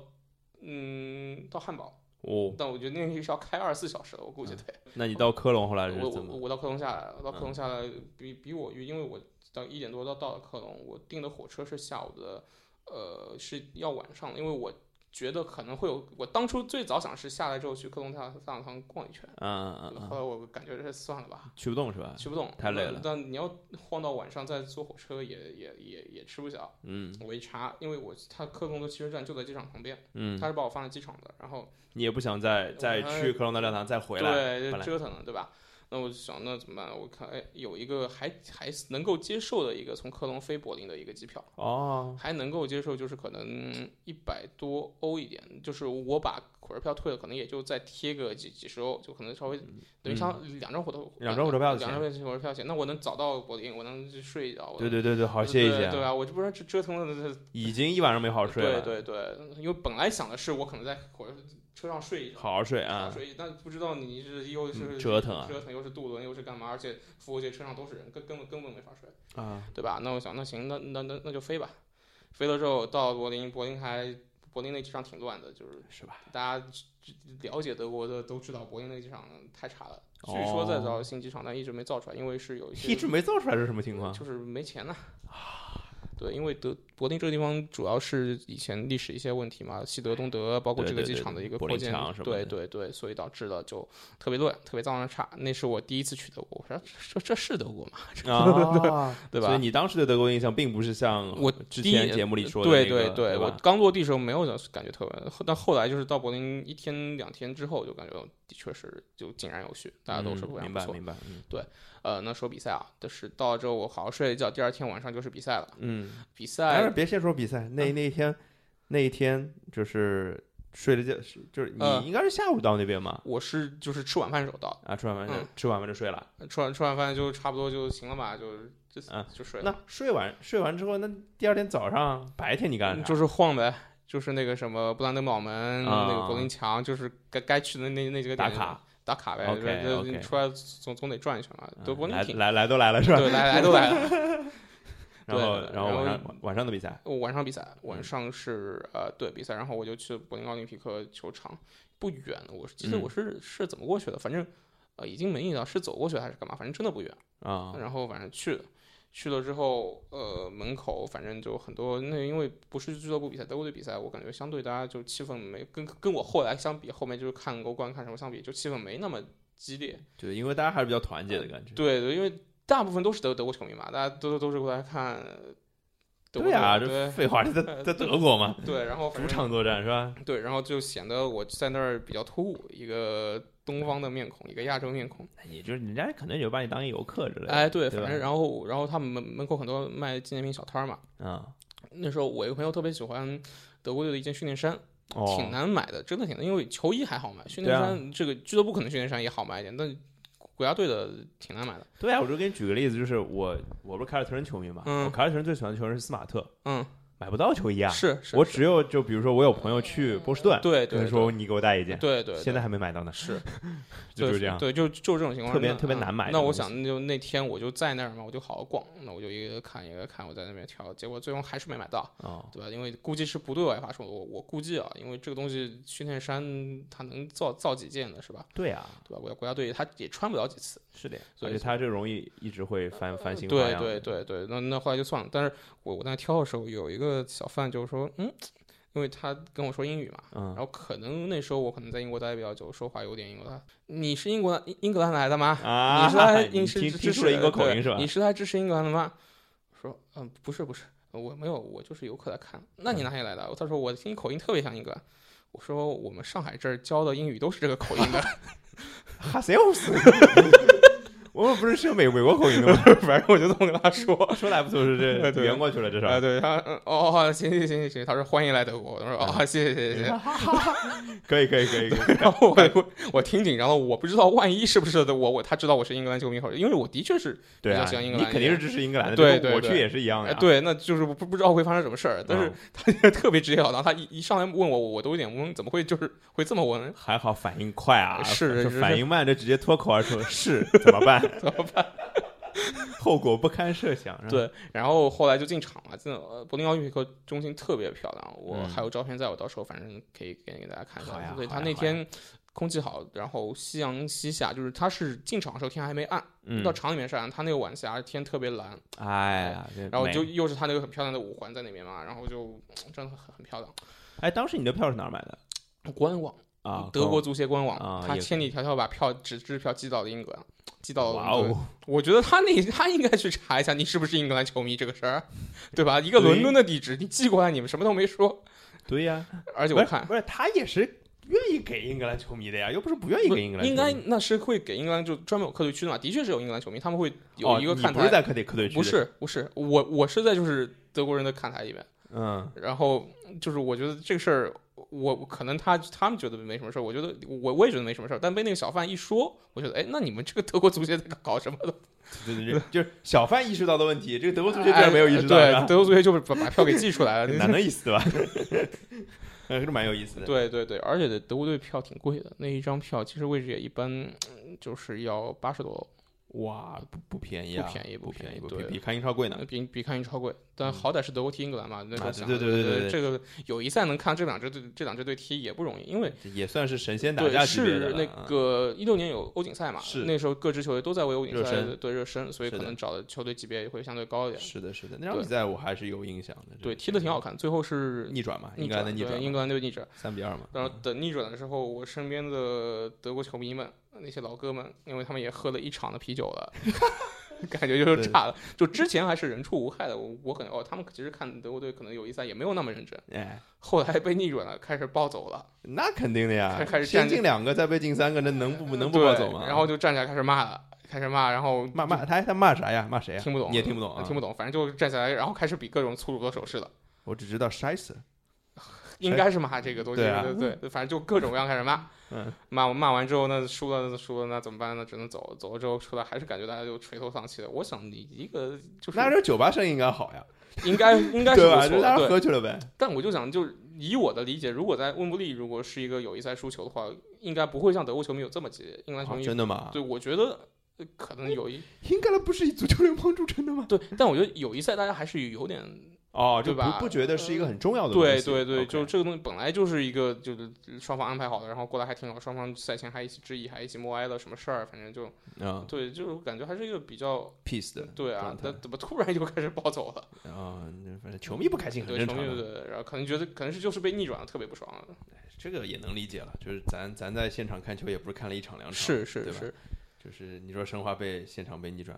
嗯，到汉堡。哦，但我觉得那个是要开二十四小时的，我啊估计得。那你到科隆后来是我怎我么？我到科隆下来了，我到科嗯隆下来比比我预，因为我到一点多到到了科隆，我订的火车是下午的，呃，是要晚上的，因为我觉得可能会有，我当初最早想是下来之后去科隆大大教堂逛一圈，嗯嗯嗯嗯，后来我感觉这算了吧。去不动是吧？去不动，啊太累那了但你要晃到晚上再坐火车也，也也也吃不消。嗯我一查，因为我他科隆的汽车站就在机场旁边，嗯他，是把我放在机场的。然后你也不想再再我还去科隆大教堂再回来，对，就本来折腾了，对吧？那我就想，那怎么办？我看，哎，有一个还还能够接受的一个从科隆飞柏林的一个机票，哦，还能够接受，就是可能一百多欧一点，就是我把火车票退了，可能也就再贴个几几十欧，就可能稍微等于像两张火车嗯两张火车票的两张火车票钱。那我能早到柏林，我能去睡一觉，我对对对对，好好歇一歇。对啊，我这不是折折腾了已经一晚上没好好睡对了，对对，因为本来想的是我可能在火车车上睡一觉，好好睡好啊，睡一，但不知道你是又是、嗯折腾啊折腾又是渡轮又是干嘛，而且服务区车上都是人，根根本根本没法睡，啊，对吧？那我想那行，那那那那就飞吧，飞了之后到柏林，柏林还柏林那机场挺乱的，就是是吧？大家了解德国的都知道柏林那机场太差了，哦据说在造新机场，但一直没造出来，因为是有一些一直没造出来是什么情 (laughs) 况？啊就是没钱呐、对，因为德柏林这个地方主要是以前历史一些问题嘛，西德、东德，包括对这个对机对场的一个柏扩林建墙什，么对的对对，所以导致了就特别乱，特别脏乱差。那是我第一次去德国，我说这这是德国吗？啊，对吧所以你当 (laughs) 时对德国的印象并不是像我之第一前节目里说的对那个对，吧我刚落地时候没有感觉特别，后但后来就是到柏林一天两天之后，就感觉的确是就井然有序，大家都是嗯非常明不白错。明白，嗯呃，那说比赛啊，就是到了之后我好好睡了一觉，第二天晚上就是比赛了。嗯。比但是赛别先说比赛，那那一天，那一天就是睡了觉，是就是你呃应该是下午到那边嘛？我是就是吃晚饭时候到的。啊，吃完饭就嗯吃完饭就睡了。吃完吃完饭就差不多就行了吧，就就嗯就睡了。那睡完睡完之后，那第二天早上白天你干啥？嗯就是晃呗，就是那个什么布兰登堡门、啊那个柏林墙，就是该该去的那那几个打点卡打卡呗。 OK，就是 OK 你出来总总得转一圈嘛。嗯德国那来挺来来都来了是吧？对，来来都来了。然后对然后然后晚上晚上的比赛，我 (laughs) 晚上比赛，嗯晚上是呃对比赛，然后我就去柏林奥林匹克球场，不远。我是记得嗯我是是怎么过去的，反正呃已经没印象是走过去还是干嘛，反正真的不远。啊然后反正去了，去了之后，呃，门口反正就很多，那因为不是俱乐部比赛，德国队比赛，我感觉相对大家就气氛没跟跟我后来相比，后面就是看欧冠看什么相比，就气氛没那么激烈。对，因为大家还是比较团嗯结的感觉。对对，因为大部分都是德德国球迷嘛，大家都都是过来看德国对啊，队这对废话，这在 (laughs) 呃在德国嘛，对，然后反主正场作战是吧？对，然后就显得我在那儿比较突兀，一个东方的面孔，一个亚洲面孔。也就是人家可能就把你当游客之类的。哎，对，对反吧正然后然后他们门门口很多卖纪念品小摊儿嘛，啊，那时候我有个朋友特别喜欢德国队的一件训练衫，哦，挺难买的，真的挺难，因为球衣还好买，训对练啊衫、这个俱乐部可能训练衫也好买一点，但国家队的挺难买的。对啊，我就给你举个例子，就是我我不是凯尔特人球迷嘛，嗯我凯尔特人最喜欢的球员是斯马特，嗯，买不到球衣啊。是是，我是嗯只有就比如说我有朋友去波士顿，对跟他对说你给我带一件，对对对，现在还没买到呢，是 (laughs) 就对是这样。对，就就这种情况，特别那特别嗯难买那这我东西想，那就那天我就在那儿嘛，我就好好逛，那我就一个看一个看，我在那边挑，结果最终还是没买到。哦，对吧？因为估计是不对外发售的，我我估计啊，因为这个东西训练衫它能造造几件的是吧？对啊，对吧？国家国家队它也穿不了几次，是的呀，所而以且他这容易一直会翻翻新花对样对的。对对，那那后来就算了。但是我我在挑的时候，有一个小贩就说，嗯，因为他跟我说英语嘛，嗯然，后可能那时候我可能在英国待得比较久，说话有点英国的。你是英国的英英格兰来的吗？啊你是来你英是听支听支出了持英国口对音是吧你是来支持英格兰的吗？我说，嗯，不是不是，我没有，我就是游客来看。那嗯你哪里来的？他说我听你口音特别像英格兰。我说我们上海这儿教的英语都是这个口音的。 (laughs) (laughs) 哈塞欧斯， (laughs) 我们不是是有美美国口音的吗？ (laughs) 反正我就这么跟他说。说来不就是对这对圆过去了，这是。啊，对，他嗯哦，哦行行行行行，他说欢迎来德国，我说嗯哦，谢谢谢谢 (laughs) 谢谢。可以可以可以，可以然后我我我挺紧张的，我不知道万一是不是的我我他知道我是英格兰球迷后，因为我的确是，对啊比较，像英格你兰肯定是支持英格兰的，对这个对我对去也是一样的哎呀。对，那就是不不知道会发生什么事儿，但是嗯他就特别直截了当，他一一上来问我，我都有点懵，怎么会就是会这么问？还好反应快啊，是这是反应慢就直接脱口而出是怎么 (laughs) 办？怎么办？ (laughs) 后果不堪设想。是吧，对，然后后来就进场了，真的，呃柏林奥林匹克中心特别漂亮，我嗯还有照片在我到时候反正可以给给大家看一好呀下。对，好他呀那好天空气好，然后夕阳西下，就是他是进场的时候天还没暗，嗯到，场里面是暗，他那个晚霞天特别蓝，哎呀，这然后就美又是他那个很漂亮的五环在那边嘛，然后就真的很很漂亮。哎，当时你的票是哪儿买的官网啊？德国足协官网，啊他也千里迢迢把票纸质票寄到了英格兰，寄到高了哇伦敦。哦，我觉得他那他应该去查一下你是不是英格兰球迷这个事儿， (laughs) 对吧？一个伦敦的地址你寄过来，你们什么都没说，对呀，而且不我是看。不是，他也是愿意给英格兰球迷的呀，又不是不愿意给英格兰球应迷。该那是会给英格兰就专门有客队区的嘛，的确是有英格兰球迷，他们会哦有一个你看不是台，在科队科队区，不，是不是，我我是在就是德国人的看台里面，嗯，然后就是我觉得这个事儿，我我可能他他们觉得没什么事儿，我觉得我我也觉得没什么事儿，但被那个小贩一说，我觉得哎，那你们这个德国足协在搞什么的？对对对，就是小贩意识到的问题，这个德国足协居然没有意识到，哎是吧对，德国足协就是把把票给寄出 (laughs) 来了。蛮有意思对吧？哎还是蛮有意思的。对对对，而且德国队票挺贵的，那一张票其实位置也一般，嗯就是要八十多欧。哇，不不便宜啊，不便宜不不便便宜宜，不对比比看英超贵呢。呃比比看英超贵，但好歹是德国踢英格兰嘛，那嗯时啊候对想对对对对对这个有一赛能看这两支队这两支队踢也不容易，因为这也算是神仙打呃对架级别的是了那啊个一六年有欧锦赛嘛是，那时候各支球队都在为欧锦热赛身对热身，所以是可的能找的球队级别也会相对高一点。是的，是的，那场对比赛我还是有印象的。对，踢的挺好看，最后看，是逆转嘛，逆英格兰的转，逆转对，嘛，英嗯格兰队逆转。三比二嘛。然后等逆转的时候，我身边的德国球迷们，那些老哥们，因为他们也喝了一场的啤酒了， (laughs) 感觉就是差了。就之前还是人畜无害的，我我很哦，他们其实看德国队可能友谊赛也没有那么认真，哎，后来被逆转了，开始暴走了，那肯定的呀开开，始先站起进两个，再被进三个，那能不能不对暴走吗？然后就站起来开始骂了，开始骂，然后骂骂他他骂啥呀？骂谁呀？听不懂，你也听不懂啊？ (laughs) 听不懂，反正就站起来，然后开始比各种粗鲁的手势了。我只知道 s h i s 应该是骂这个东西，对啊对对，反正就各种各样开始骂， (laughs) 嗯，骂骂完之后呢，输了输了，那怎么办呢？只能走，走了之后出来还是感觉大家就垂头丧气的。我想你一个就是那时候酒吧生意应该好呀，应该应该是对不吧？错就大的，家对。喝去了呗。但我就想，就是以我的理解，如果在温布利如果是一个友谊赛输球的话，应该不会像德国球迷有这么激烈，英格兰球啊迷真的吗？对，我觉得呃可能有一英格兰不是以足球联盟著称的吗？对，但我觉得友谊赛大家还是有点哦，就对吧不不觉得是一个很重要的东对西。对对，就 OK 这个东西本来就是一个就是双方安排好的，然后过来还挺好，双方赛前还一起致意，还一起默哀了什么事儿，反正就啊对，就是感觉还是一个比较，peace 的对啊状，态那怎么突然就开始暴走了？啊，那反 (laughs) 正球迷不开心很对，正球常迷的。对，然后可能觉得可能是就是被逆转了，特别不爽。这个也能理解了，就是咱咱在现场看球也不是看了一场两场，是对是吧是，就是你说申花被现场被逆转，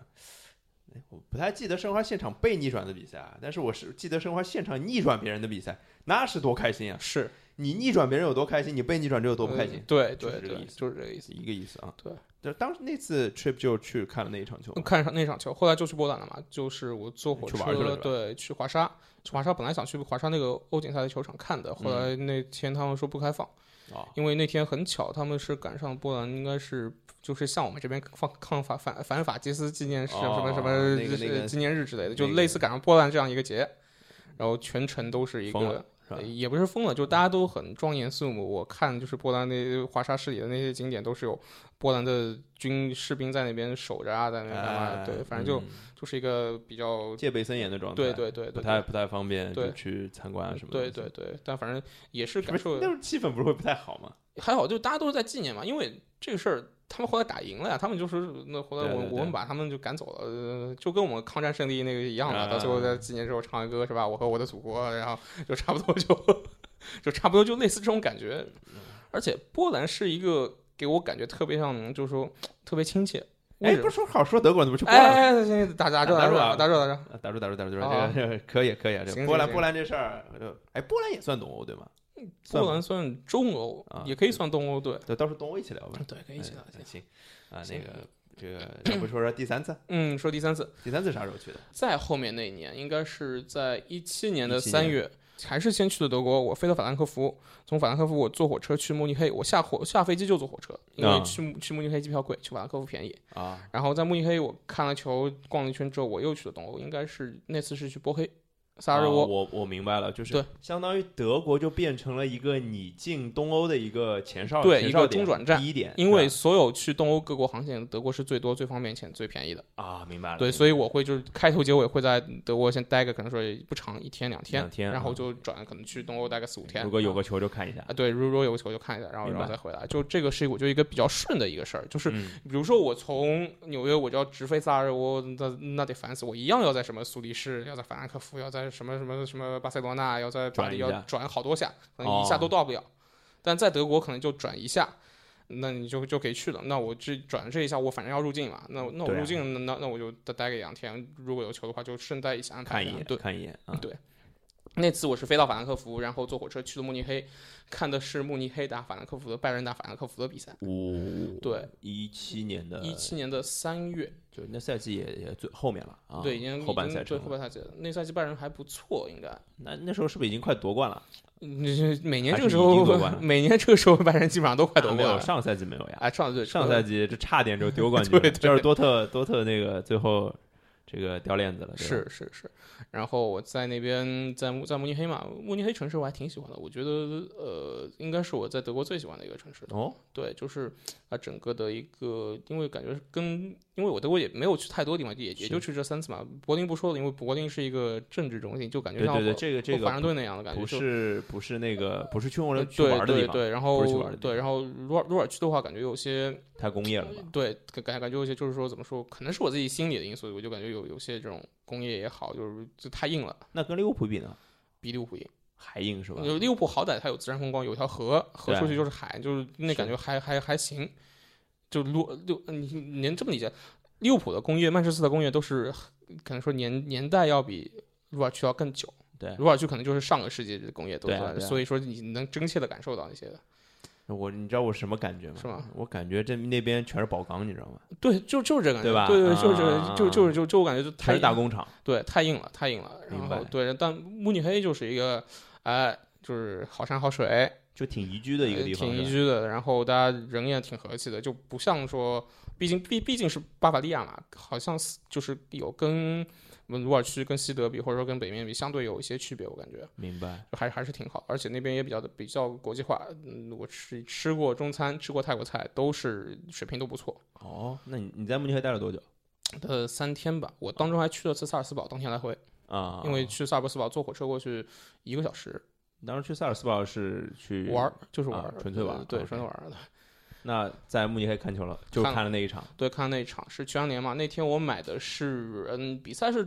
哎，我不太记得申花现场被逆转的比赛啊，但是我是记得申花现场逆转别人的比赛，那是多开心啊！是你逆转别人有多开心，你被逆转就有多不开心，嗯对就是对这个对意，思就是这个意是。思一个意思啊。对，嗯就当时那次 trip 就去看了那一场球，看上那场球，后来就去波兰了嘛，就是我坐火去玩去了是车，吧对，去华沙，去华沙本来想去华沙那个欧锦赛的球场看的，嗯后来那天他们说不开放，哦因为那天很巧，他们是赶上波兰应该是就是像我们这边放抗法反反法西斯纪念日、哦什么什么、那个那个呃纪念日之类的，那就个类似赶上波兰这样一个节，然后全程都是一疯个了。是吧呃也不是疯了，就大家都很庄严肃穆。我看就是波兰那华沙市里的那些景点，都是有波兰的军士兵在那边守着啊，在那边干嘛的？哎对，反正就、嗯就是一个比较戒备森严的状态，对对对不对太对不太方便对就去参观啊什么的，对对对，但反正也是不感是受那种气氛不是会不太好吗？还好，就大家都是在纪念嘛，因为这个事儿。他们后来打赢了呀，他们就是那后来对我对对我们把他们就赶走了，呃就跟我们抗战胜利那个一样啊了。到最后在纪念之后唱一歌是吧？我和我的祖国，然后就差不多就就差不多就类似这种感觉。而且波兰是一个给我感觉特别像，就是说特别亲切。哎，为什不么是说好说德国人怎么去波啊哎兰了？哎，哎哎打打住打打住住啊打住打住，啊打住打住打住打啊住，这个 (laughs) 可以可以啊，这行波行兰行波兰这事儿，呃哎，波兰也算东欧对吗？算波吗兰算中欧啊，也可以算东欧，对对，到时候东欧一起聊吧，对，可以一起聊嗯一起。行啊，那行个这个，要不说说第三次，嗯，说第三次，第三次啥时候去的？再后面那一年，应该是在一七年的17三月，还是先去的德国，我飞到法兰克福，从法兰克福我坐火车去慕尼黑，我下火下飞机就坐火车，因啊为去慕去慕尼黑机票贵，去法兰克福便宜。 (laughs) 啊，然后在慕尼黑我看了球，逛了一圈之后，我又去了东欧，应该是那次是去波黑，萨尔热啊窝。我我明白了，就是对相当于德国就变成了一个你进东欧的一个前哨，对前一个哨点中转站第一点，因为是啊所有去东欧各国航线，德国是最多、最方便且最便宜的。吧啊，明白了，对，所以我会就是开头结尾会在德国先待个，可能说也不长，一天两天，两天然后啊就转可能去东欧待个四五天。如果有啊个球就看一下，啊，对，如如果有个球就看一下，然后明然白后再回来。就这个是我觉得一个比较顺的一个事儿，就是嗯比如说我从纽约我就要直飞萨尔热窝，那那得烦死我，一样要在什么苏黎世，要在法兰克福，要在什么什么什么巴塞罗那，要在巴转一黎下哦要转好多下，可能一下都到不了。但在德国可能就转一下。那你就就可以去了。那我这转这一下，我反正要入境嘛。那我那我对啊入境，那那那我就待待个两天。如果有球的话，就顺带一起安排看一一下眼，对，看一眼啊，对那次我是飞到法兰克福，然后坐火车去的慕尼黑，看的是慕尼黑打法兰克福的拜仁打法兰克福的比赛。五对，一七年的一七年的三月，就那赛季也也最后面了啊，对，已经后半已赛经对程后了。半赛季了。那赛季拜仁还不错，应该那那时候是不是已经快夺冠了？你每年还这个是时已经夺候冠，了 (laughs) 每年这个时候，拜仁基本上都快夺啊没冠有了。上赛季没有呀，哎，上对上赛季这差 (laughs) 点就丢冠军对了，对这是多特多特那个最后这个掉链子了，对吧是是是，然后我在那边在慕在慕尼黑嘛，慕尼黑城市我还挺喜欢的，我觉得呃，应该是我在德国最喜欢的一个城市。哦，对，就是啊、整个的一个，因为感觉跟因为我德国也没有去太多地方，也也是就去这三次嘛。柏林不说了，因为柏林是一个政治中心，就感觉对像对对，华这个这华个盛顿那样的感觉，不就是不是那个不是去玩呃的去玩的地对对方，对，然不是去后玩的地对，然后鲁尔鲁尔区的话，感觉有些太工业了吧？对，感感感觉有些就是说怎么说，可能是我自己心理的因素，我就感觉有有些这种工业也好，就是就太硬了，那跟利物浦比呢，比利物浦硬。还硬是吧？有利物浦好歹它有自然风光，有条河，河对出去就是海，就是那是感觉还还还行。就路路，你你能这么理解？利物浦的工业，曼彻斯特工业都是可能说年年代要比鲁尔区要更久。对鲁尔区可能就是上个世纪的工业都对在，啊对啊所以说你能真切的感受到那些的。我你知道我什么感觉吗？是吗？我感觉这那边全是宝钢，你知道吗？对，就就是这个感觉，对吧对对，就是这个啊就就是就就我感觉就全太是大工厂，对，太硬了，太硬了。明然白后对，但慕尼黑就是一个，哎、就是好山好水，就挺宜居的一个呃地方，挺是宜吧居的。然后大家人也挺和气的，就不像说，毕竟毕毕竟是巴伐利亚嘛，好像是就是有跟嗯鲁尔区跟西德比，或者说跟北面比，相对有一些区别，我感觉明白？就还还是挺好。而且那边也比较的比较国际化，嗯，我吃吃过中餐，吃过泰国菜，都是水平都不错。哦，那你你在慕尼黑待了多久呃，三天吧，我当中还去了次萨尔斯堡，当天来回。啊？因为去萨尔伯斯堡坐火车过去一个小时当时去塞尔斯堡是去玩儿，就是玩啊儿，纯粹玩儿对， OK 纯粹玩儿的。那在慕尼黑看球了，就看看了那一场，对，看那场是全联嘛？那天我买的是，嗯，比赛是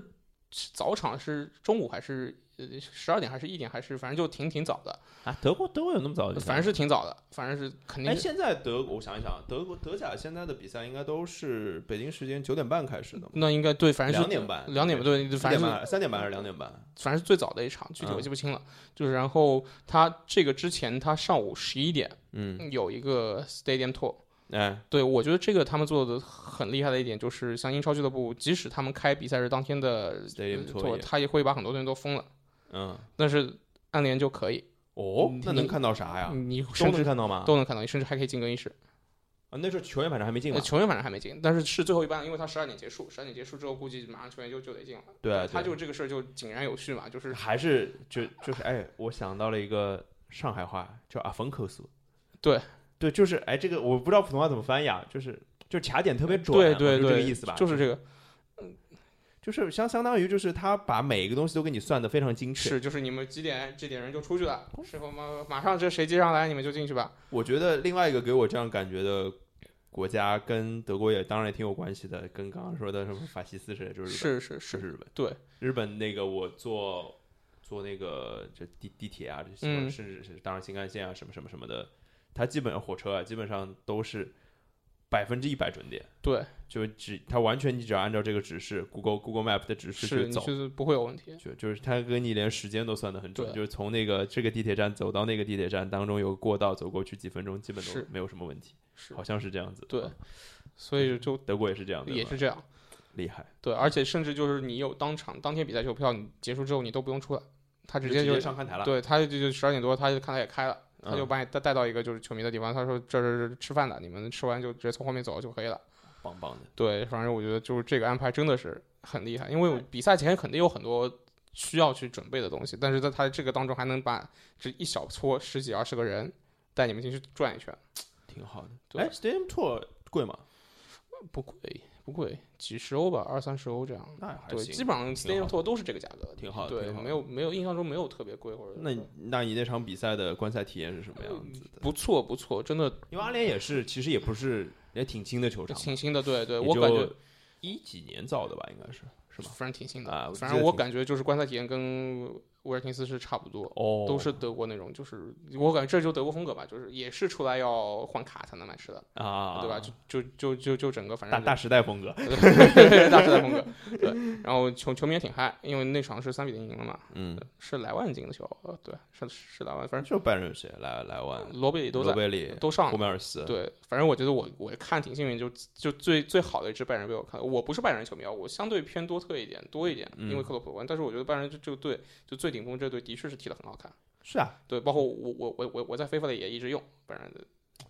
是早场是中午还是呃十二点还是一点还是，反正就挺挺早的，啊，德国德国有那么早就？反正是挺早的，反正是肯定哎，是现在德国，我想一想，德国德甲现在的比赛应该都是北京时间九点半开始的嘛，那应该对，反正两是点半，两点不对，三对，反点正是半，三点半还是两点半？反正是最早的一场，具体我嗯记不清了。就是然后他这个之前他上午十一点嗯，有一个 stadium tour。哎，对，我觉得这个他们做的很厉害的一点就是，像英超俱乐部，即使他们开比赛日当天的 Stadium tour 错，也他也会把很多东西都封了。嗯，但是暗联就可以，哦你，那能看到啥呀？你都甚至能看到吗？都能看到，你甚至还可以进更衣室。啊，那时候球员反正还没进呃嘛，球员反正还没进，但是是最后一班，因为他十二点结束，十二点结束之后，估计马上球员就就得进了。对，他对就这个事儿就井然有序嘛，就是还是就就是哎，我想到了一个上海话叫阿冯克苏，对对，就是哎，这个我不知道普通话怎么翻译啊，就是就卡点特别准，对对就对，这个意思吧，就是这个就是相相当于就是他把每一个东西都给你算的非常精确。是就是你们几点几点人就出去了，是后马马上这谁接上来你们就进去吧。我觉得另外一个给我这样感觉的国家跟德国也当然也挺有关系的，跟刚刚说的什么法西斯似的，就是日本是是，就是是日本。对，日本那个我坐坐那个这地地铁啊，这嗯甚至是当然新干线啊什么什么什么的，它基本上火车啊基本上都是百分之一百准点，对，就只它完全你只要按照这个指示 Google Google Map 的指示是去你走。就是不会有问题。就就是它跟你连时间都算得很准，对就是从那个这个地铁站走到那个地铁站当中有个过道，走过去几分钟，基本都是没有什么问题，是好像是这样子。对啊，所以就德国也是这样的吧，也是这样。厉害，对，而且甚至就是你有当场当天比赛球票，你结束之后你都不用出来，他直就接就上看台了。对，他就就十二点多，他就看台也开了，嗯，他就把你带带到一个就是球迷的地方，他说这是吃饭的，你们吃完就直接从后面走就可以了。棒棒的，对，反正我觉得就是这个安排真的是很厉害，因为我比赛前肯定有很多需要去准备的东西，但是在他这个当中还能把这一小撮十几二十个人带你们进去转一圈，挺好的。对哎，Stadium Tour 贵吗？不贵不贵，几十欧吧，二三十欧这样。那还对，行，基本上 s t a 挺 d i 好 u 的 tour 都是这个价格，挺好的对挺好，的没有没有印象中没有特别贵或者那你那你那场比赛的观赛体验是什么样子的？不错不错，真的因为阿联也是，其实也不是也挺新的球场嘛，挺新的。对对，也我感觉就一几年造的吧，应该是是吧？反正挺新的，啊我反记得正我挺感觉就是观赛体验跟威尔金斯是差不多。哦，都是德国那种，就是我感觉这就是德国风格吧，就是也是出来要换卡才能买吃的，啊，对吧？就就就就就整个反大正大时代风格，对大时代风格，对。然后球球迷也挺嗨，因为那场是三比零赢了嘛，嗯，是莱万进的球，呃对，是是莱万，反正就拜仁有谁？莱莱万、罗贝里都罗在贝里、都上了霍。梅尔斯，对，反正我觉得我我看挺幸运，就就最最好的一支拜仁被我看，我不是拜仁球迷啊，我相对偏嗯多特一点多一点，因为克洛普关，但是我觉得拜仁这这个队就最顶峰这队的确是踢得很好看，是啊，对，包括我我我我我在飞飞里也一直用，反正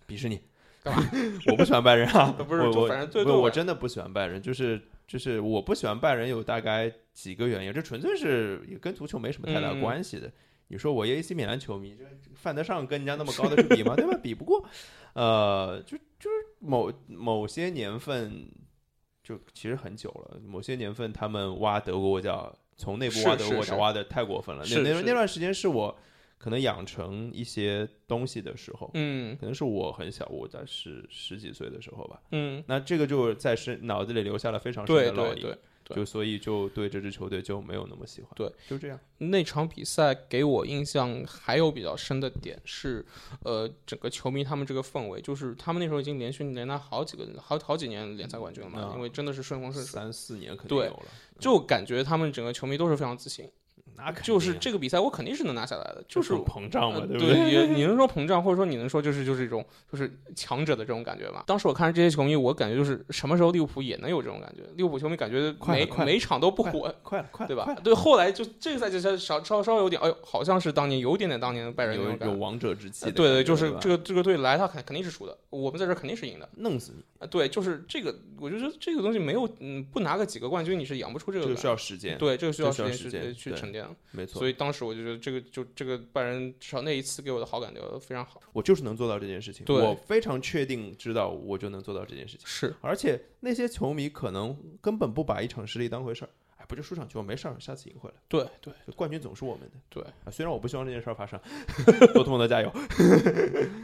鄙视你干嘛？ (laughs) 我不喜欢拜仁 (laughs) 啊，啊不是我就我反正对不对是我我真的不喜欢拜仁，就是就是我不喜欢拜仁有大概几个原因，这纯粹是也跟足球没什么太大嗯关系的。你说我一 AC 米兰球迷，这这犯得上跟人家那么高的去比吗？ (laughs) 对吧？比不过，呃，就就是某某些年份，就其实很久了，某些年份他们挖德国国脚，从内部是挖德是国国脚是挖的太过分了。是那那是那段时间是我可能养成一些东西的时候，嗯可能是我很小，我在十十几岁的时候吧。嗯，那这个就在深脑子里留下了非常深对的烙对印，对，对就所以就对这支球队就没有那么喜欢。对，就这样。那场比赛给我印象还有比较深的点是，呃，整个球迷他们这个氛围，就是他们那时候已经连续连拿好几个好好几年联赛冠军了嘛啊，因为真的是顺风顺水，三四年肯定对有了，就感觉他们整个球迷都是非常自信，那肯定就是啊这个比赛我肯定是能拿下来的，就是很膨胀嘛，呃对对不对？也你能说膨胀，或者说你能说就是就是一种就是强者的这种感觉吧。当时我看着这些球迷，我感觉就是什么时候利物浦也能有这种感觉，利物浦球迷感觉快了每快了每场都不火，快了，快了，对快吧了？对，后来就这个赛季稍稍稍稍有点，哎呦，好像是当年有点点当年的拜仁那有种感有觉。王者之气呃的感觉，对对，就是吧这个这个队来，他肯肯定是输的，我们在这儿肯定是赢的。弄死你，呃对，就是这个，我觉得这个东西没有，嗯，不拿个几个冠军你是养不出这这个个感需觉。要时间，对，这个需要这需要时时间去间去对沉淀。没错所。以当时我就觉得这个就这个拜仁至少那一次给我的好感就非常好。我就是能做到这件事情，对我非常确定知道我就能做到这件事情。是，而且那些球迷可能根本不把一场失利当回事儿，哎，不就输场球没事儿，下次赢回来，对对就冠军总是我们的。对啊，虽然我不希望这件事儿发 (laughs) 生，多特蒙德加油。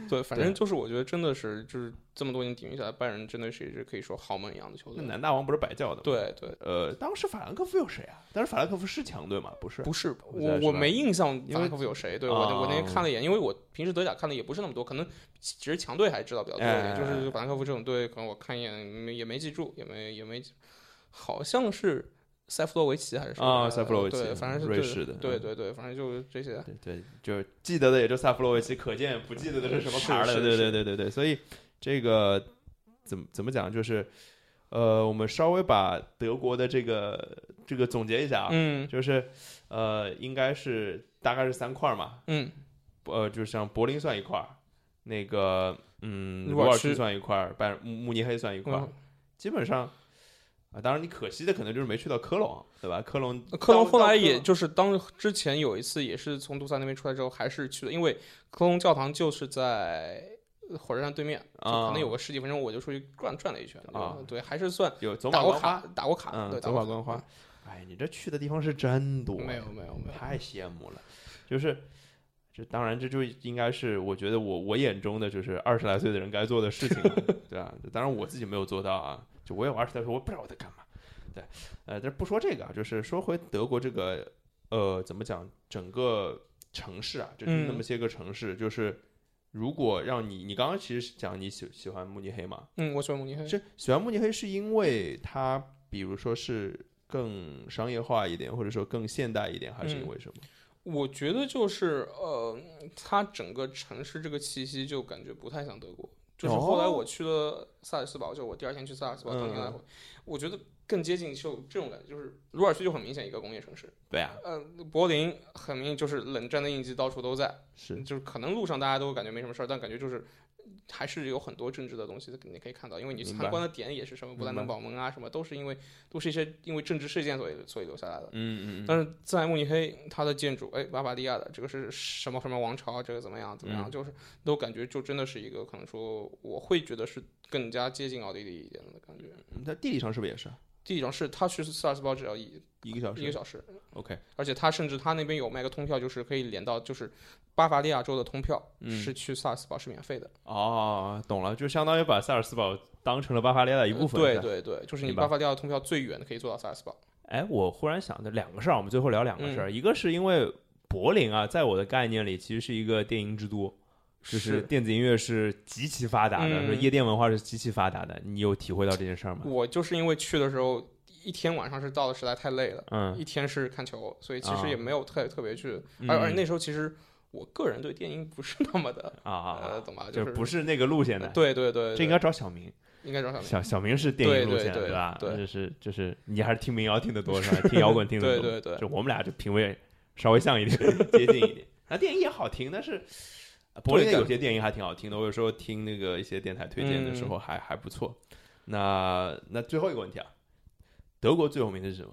对，反正就是我觉得真的是就是这么多年底蕴下来，拜仁真的是一支可以说豪门一样的球那队。南大王不是白叫的吗？，对对，呃，当时法兰克福有谁啊？当时法兰克福是强队吗？不是，不是我在我是我吧没印象因法为哦兰克福有谁，对我我那天看了一眼，因为我平时德甲看的也不是那么多，可能只是强队还知道比较多一点，就哎哎哎是法兰克福这种队，可能我看一眼没也没记住，也没也没记，好像是塞夫洛维奇还是谁啊来塞夫洛维对奇反正是瑞对士的对嗯对对，反正就是这些。对对，就是记得的也就萨夫洛维奇，可见不记得的是什么牌儿了。是是对对是对对对，所以这个怎么怎么讲，就是呃，我们稍微把德国的这个这个总结一下啊，嗯就是呃，应该是大概是三块儿嘛，嗯，呃，就像柏林算一块儿，那个嗯，鲁鲁尔尔区区算一块儿，拜慕慕尼黑算一块儿，嗯基本上啊，当然你可惜的可能就是没去到科隆，对吧？科隆克隆到后到科来也隆就是当之前有一次也是从杜塞那边出来之后，还是去的，因为克隆教堂就是在火车站对面，就啊可能有个十几分钟，我就出去转转了一圈。啊对，还是算有走打马过观卡花，，打过卡，嗯，对，走马过观卡花。。哎，你这去的地方是真多呀，没有没有没有太羡慕了，就是。这当然，这就应该是我觉得我我眼中的就是二十来岁的人该做的事情了， (laughs) 对吧？当然我自己没有做到啊，就我也二十来岁，我不知道我在干嘛。对，呃，但是不说这个啊，就是说回德国这个，呃，怎么讲？整个城市啊，就是那嗯么些个城市，就是如果让你，你刚刚其实是讲你喜喜欢慕尼黑嘛，嗯，我喜欢慕尼黑。这喜欢慕尼黑是因为它，比如说是更商业化一点，或者说更现代一点，还是因为什么？我觉得就是呃，它整个城市这个气息就感觉不太像德国。就是后来哦嗯我去了萨尔茨堡，就我第二天去萨尔茨堡，当天来回，我觉得更接近就这种感觉。就是鲁尔区就很明显一个工业城市，对啊，呃，柏林很明显就是冷战的印记到处都在，是就是可能路上大家都感觉没什么事儿，但感觉就是还是有很多政治的东西你可以看到，因为你明参白观的点也是什么勃兰登堡门啊，什么都是因为都是一些因为政治事件所以所以留下来的。嗯嗯嗯，但是在慕尼黑，它的建筑，哎，巴巴利亚的这个是什么什么王朝，啊这个怎么样怎嗯么样，就是都感觉就真的是一个可能说我会觉得是更加接近奥地利一点的感觉。它地理上是不是也是啊地上是他去萨尔茨堡只要一一个小一个时小时， ？OK，而且他甚至他那边有卖个通票，就是可以连到就是巴伐利亚州的通票、嗯是去萨尔茨堡是免费的哦，懂了，就相当于把塞尔斯堡当成了巴伐利亚的一部分。对是吧。对对，就是你明白巴伐利亚的通票最远的可以坐到萨尔茨堡。哎，我忽然想的两个事儿，我们最后聊两个事儿，一个是因为柏林啊，在我的概念里其实是一个电音之都。就是是电子音乐是极其发达的，嗯说夜店文化是极其发达的，你有体会到这件事儿吗？我就是因为去的时候一天晚上是到的实在太累了，嗯，一天是看球，所以其啊实也没有特、特别去，嗯而而且那时候其实我个人对电音不是那么的，啊啊呃，啊，懂吧？就是是不是那个路线的，对对对，这应该找小明。对应该找小明。小小明是电影路线的，对对对吧？对就是就是，你还是听 (laughs) 民谣听得多是吧？听摇滚听得对多，对对，就我们俩这品味稍微像一点，接近一点。那电音也好听，但是呃柏林的有些电音还挺好听的。我有时候听那个一些电台推荐的时嗯候还、还不错。那那最后一个问题啊，德国最有名的是什么？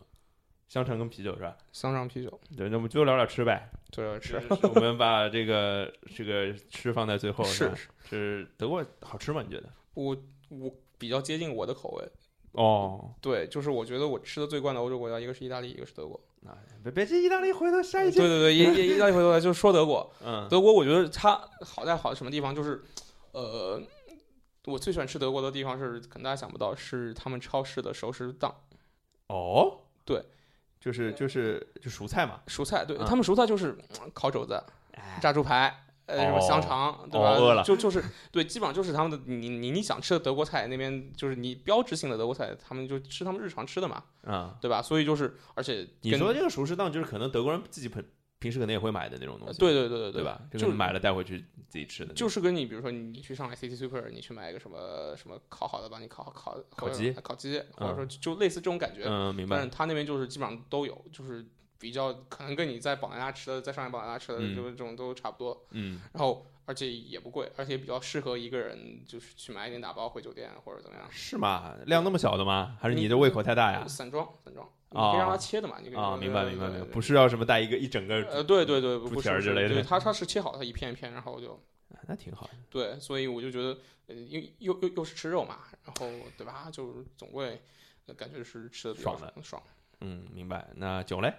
香肠跟啤酒是吧？香肠啤酒，对，那我们最后聊点吃呗。对 (laughs) 着吃。就是我们把这个这个吃放在最后是吧是，是德国好吃吗？你觉得？我我比较接近我的口味，哦，对，就是我觉得我吃的最惯的欧洲国家，一个是意大利，一个是德国。那啊别别去意大利，回头下一对期。对对，意意意大利回头来就是说德国，嗯， (laughs) 德国我觉得它好在好什么地方就是，呃，我最喜欢吃德国的地方是，可能大家想不到，是他们超市的熟食档，哦，对，就是就是就蔬菜嘛，蔬菜，对、嗯他们蔬菜就是嗯烤肘子、哎，炸猪排。呃，什么哦香肠，对吧？哦饿了就就是对，基本上就是他们的，你你你想吃的德国菜，那边就是你标志性的德国菜，他们就吃他们日常吃的嘛，嗯，对吧？所以就是，而且你跟说这个熟食档就是可能德国人自己平平时可能也会买的那种东呃西，对对对对对对吧？就就是买了带回去自己吃的那种，就是跟你比如说你去上海 City Super，你去买一个什么什么烤好的，帮你烤好烤烤或者鸡烤鸡，或者说就就类似这种感觉。嗯，明但白是，他那边就是基本上都有，就是比较可能跟你在保加利亚吃的，在上海保加利亚吃的，嗯就是这种都差不多。嗯，然后而且也不贵，而且比较适合一个人，就是去买一点打包回酒店或者怎么样。是吗？量那么小的吗？还是你的胃口太大哎呀？散装散装，你哦可以让它切的嘛，你可以啊，明白明白明白，不是。是要什么带一个一整呃，个，对对对，猪不蹄儿是之类的 (laughs) 对，它它是切好，它一片一片，然后就那挺好的。对，所以我就觉得，呃，又又又又是吃肉嘛，然后对吧，就是总归、呃感觉是吃的比较爽爽。嗯，明白。那酒嘞？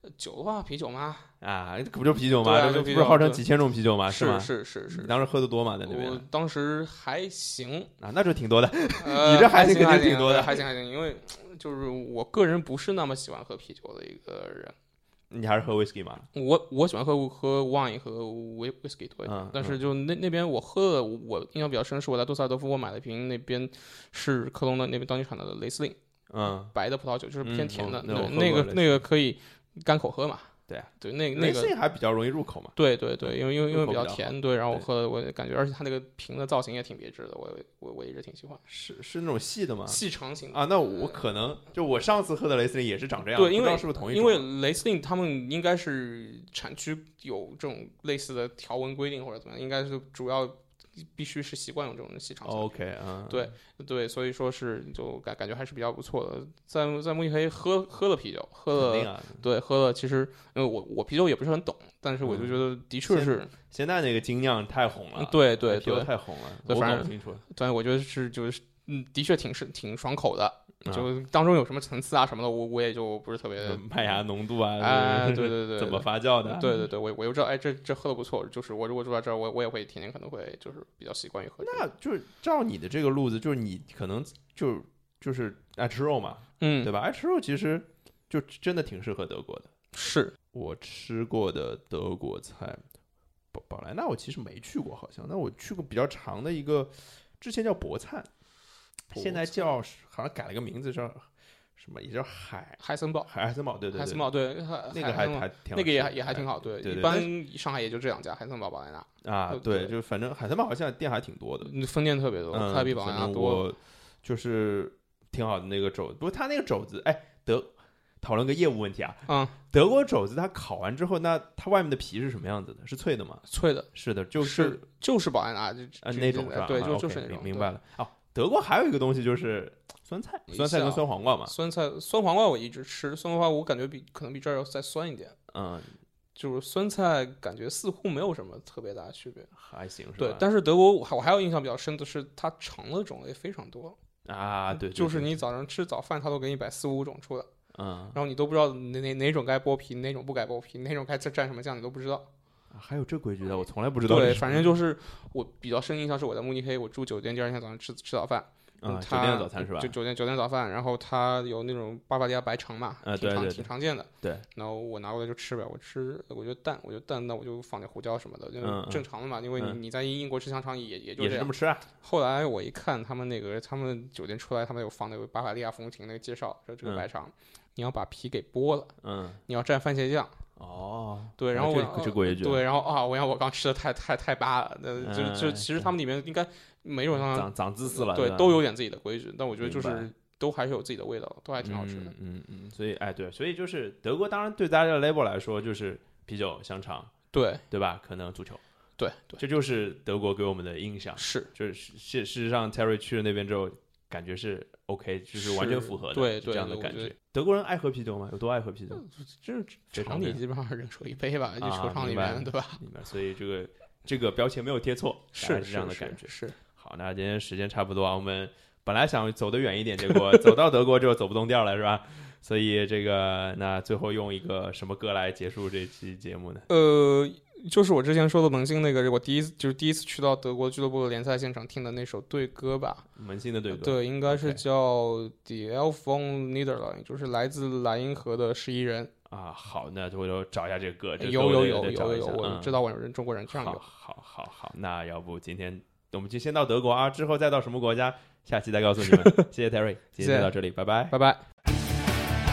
呃酒的话，啤酒嘛，啊，这不就啤酒吗？对啊这就不啤是酒号称对几千种啤酒吗？是啊吗？是是是你，当时喝的多吗？在那边我当时 (laughs) 还行，啊，那就挺多的。呃、你这还还行肯还定挺多的还行还行，因为就是我个人不是那么喜欢喝啤酒的一个人，你还是喝 whisky 吗？我我喜欢喝喝 wine 和 whi- whisky 多一点，嗯但是就那那边我喝的，我印象比较深是我在杜塞尔多夫我买了一瓶那边是科隆的那边当地产的雷司令。嗯，白的葡萄酒，就是偏甜的，嗯我那我喝对，那过个类似那个可以干口喝嘛。对啊对，那那那个个还比较容易入口嘛。对对对，因为因为因入为口比较比较甜，对，然后我对喝的我也感觉，而且它那个瓶的造型也挺别致的，我我我一直挺喜欢，是是那种细的吗？细长型的。啊，那我可能就我上次喝的雷司令也是长这样，对因为不知道是不是同一种啊因为雷司令他们应该是产区有这种类似的条文规定或者怎么样，应该是主要必须是习惯用这种细长型的 OK 啊， (laughs) 对对，所以说是就感感觉还是比较不错的。在在慕尼黑喝喝了啤酒，喝了肯定啊。对，喝了其实，因为我我啤酒也不是很懂，但是我嗯就觉得的确先是，现在那个精酿太红了，对对啤酒对，太红了，对我反搞正不清楚。对，我觉得是就是，嗯，的确挺是挺爽口的，啊就当中有什么层次啊什么的，我我也就不是特别， (laughs) 麦芽浓度啊，哎， (laughs) 这对对对，怎么发酵的啊？对对对，我我就知道，哎，这这喝的不错，就是我如果住在这儿，我我也会天天可能会就是比较习惯于喝这个，那就是照你的这个路子，就是你可能就就是爱吃肉嘛，嗯，对吧？爱吃肉其实就真的挺适合德国的。是我吃过的德国菜，宝宝莱纳我其实没去过，好像。那我去过比较长的一个，之前叫博灿，博现在灿叫好像改了个名字叫什么，也叫海海森堡，海海森堡，对对海森对，堡对，海那个海还森堡还挺好那个也吃还也还挺好，对，对一对般上海也就这两家，海森堡、宝莱纳，啊，呃对，对就反正海森堡好像店还挺多的，嗯分店特别多，嗯，它比宝莱反纳正多，我就是挺好的那个肘子，不过它那个肘子，哎，德讨论个业务问题啊，嗯，德国肘子它烤完之后，那它外面的皮是什么样子的？是脆的吗？脆的。是的，就是就是保安啊，就啊，就那就种是吧？对，啊就 OK，就是那种。明明对白。了。哦，德国还有一个东西就是酸菜，一酸菜跟下酸黄瓜嘛。酸菜酸黄瓜我一直吃，酸黄瓜我感觉比可能比这儿要再酸一点，嗯，就是酸菜感觉似乎没有什么特别大的区别。还行是对吧？，但是德国我还我还有印象比较深的是，它肠的种类非常多嗯啊，对，对就是对你早上吃早饭，它都给你摆四五种出来，嗯，然后你都不知道哪哪哪种该剥皮，哪种不该剥皮，哪种该蘸什么酱，你都不知道。啊还有这规矩的，我从来不知道这对，是什么。反正就是我比较深印象是我在慕尼黑，我住酒店，第二天早上吃吃早饭，啊，酒他店的早餐是吧嗯就？酒店酒店早饭，然后它有那种巴伐利亚白肠嘛，呃挺对常对对挺常见的。对，然后我拿过来就吃呗，我吃我觉得淡，我觉得淡，那我就放点胡椒什么的，就嗯嗯正常的嘛。因为你嗯你在英国吃香肠也也就也这是这样么。吃啊。后来我一看他们那个他们酒店出来，他们有放那个巴伐利亚风情那个介绍，说这个嗯白肠你要把皮给剥了，嗯，你要蘸番茄酱。哦，对，啊然后我这这规矩，对，然后啊，我想我刚吃的太太太巴了，那就就哎其实他们里面应该每种香肠长长姿势了，对吧，都有点自己的规矩，但我觉得就啊明嗯是都还是有自己的味道，都还挺好吃的。嗯嗯嗯，所以哎对，所以就是德国，当然对大家的 label 来说，就是啤酒、香肠、对对吧？可能足球，对对，这就是德国给我们的印象。是就是事事实上，Terry 去了那边之后，感觉是 OK，就是完全符合的对对这样的我感觉得嗯觉。德国人爱喝啤酒吗？有多爱喝啤酒？就是非常场非里常基本上人手一杯吧，就啊球场里明白面对吧？ (laughs) 里面，所以这个这个标签没有贴错，大概是是这样的是感觉。是好，那今天时间差不多啊，我们本来想走得远一点，结果走到德国就走不动调了，是吧？所以这个那最后用一个什么歌来结束这期节目呢？呃，就是我之前说的门兴那个，我第一次就是第一次去到德国俱乐部的联赛现场听的那首队歌吧，门兴的对歌，呃对，应该是 OK 叫 Die Elf von Niederland，就是来自莱茵河的十一人。啊，好，那就就找一下这个歌，啊这个歌哎有有我得有得找有一有，下我嗯知道我人中国人这样好有。好好好，那要不今天我们就先到德国啊，之后再到什么国家，下期再告诉你们。谢谢 Terry，今天谢谢就到这里，拜拜。拜拜。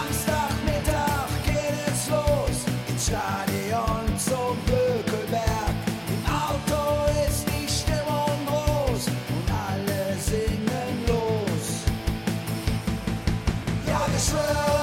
Samstagmittag geht es los ins Stadion zum Bökelberg. Im Auto ist die Stimmung groß und alle singen los. Ja, wir schwören um um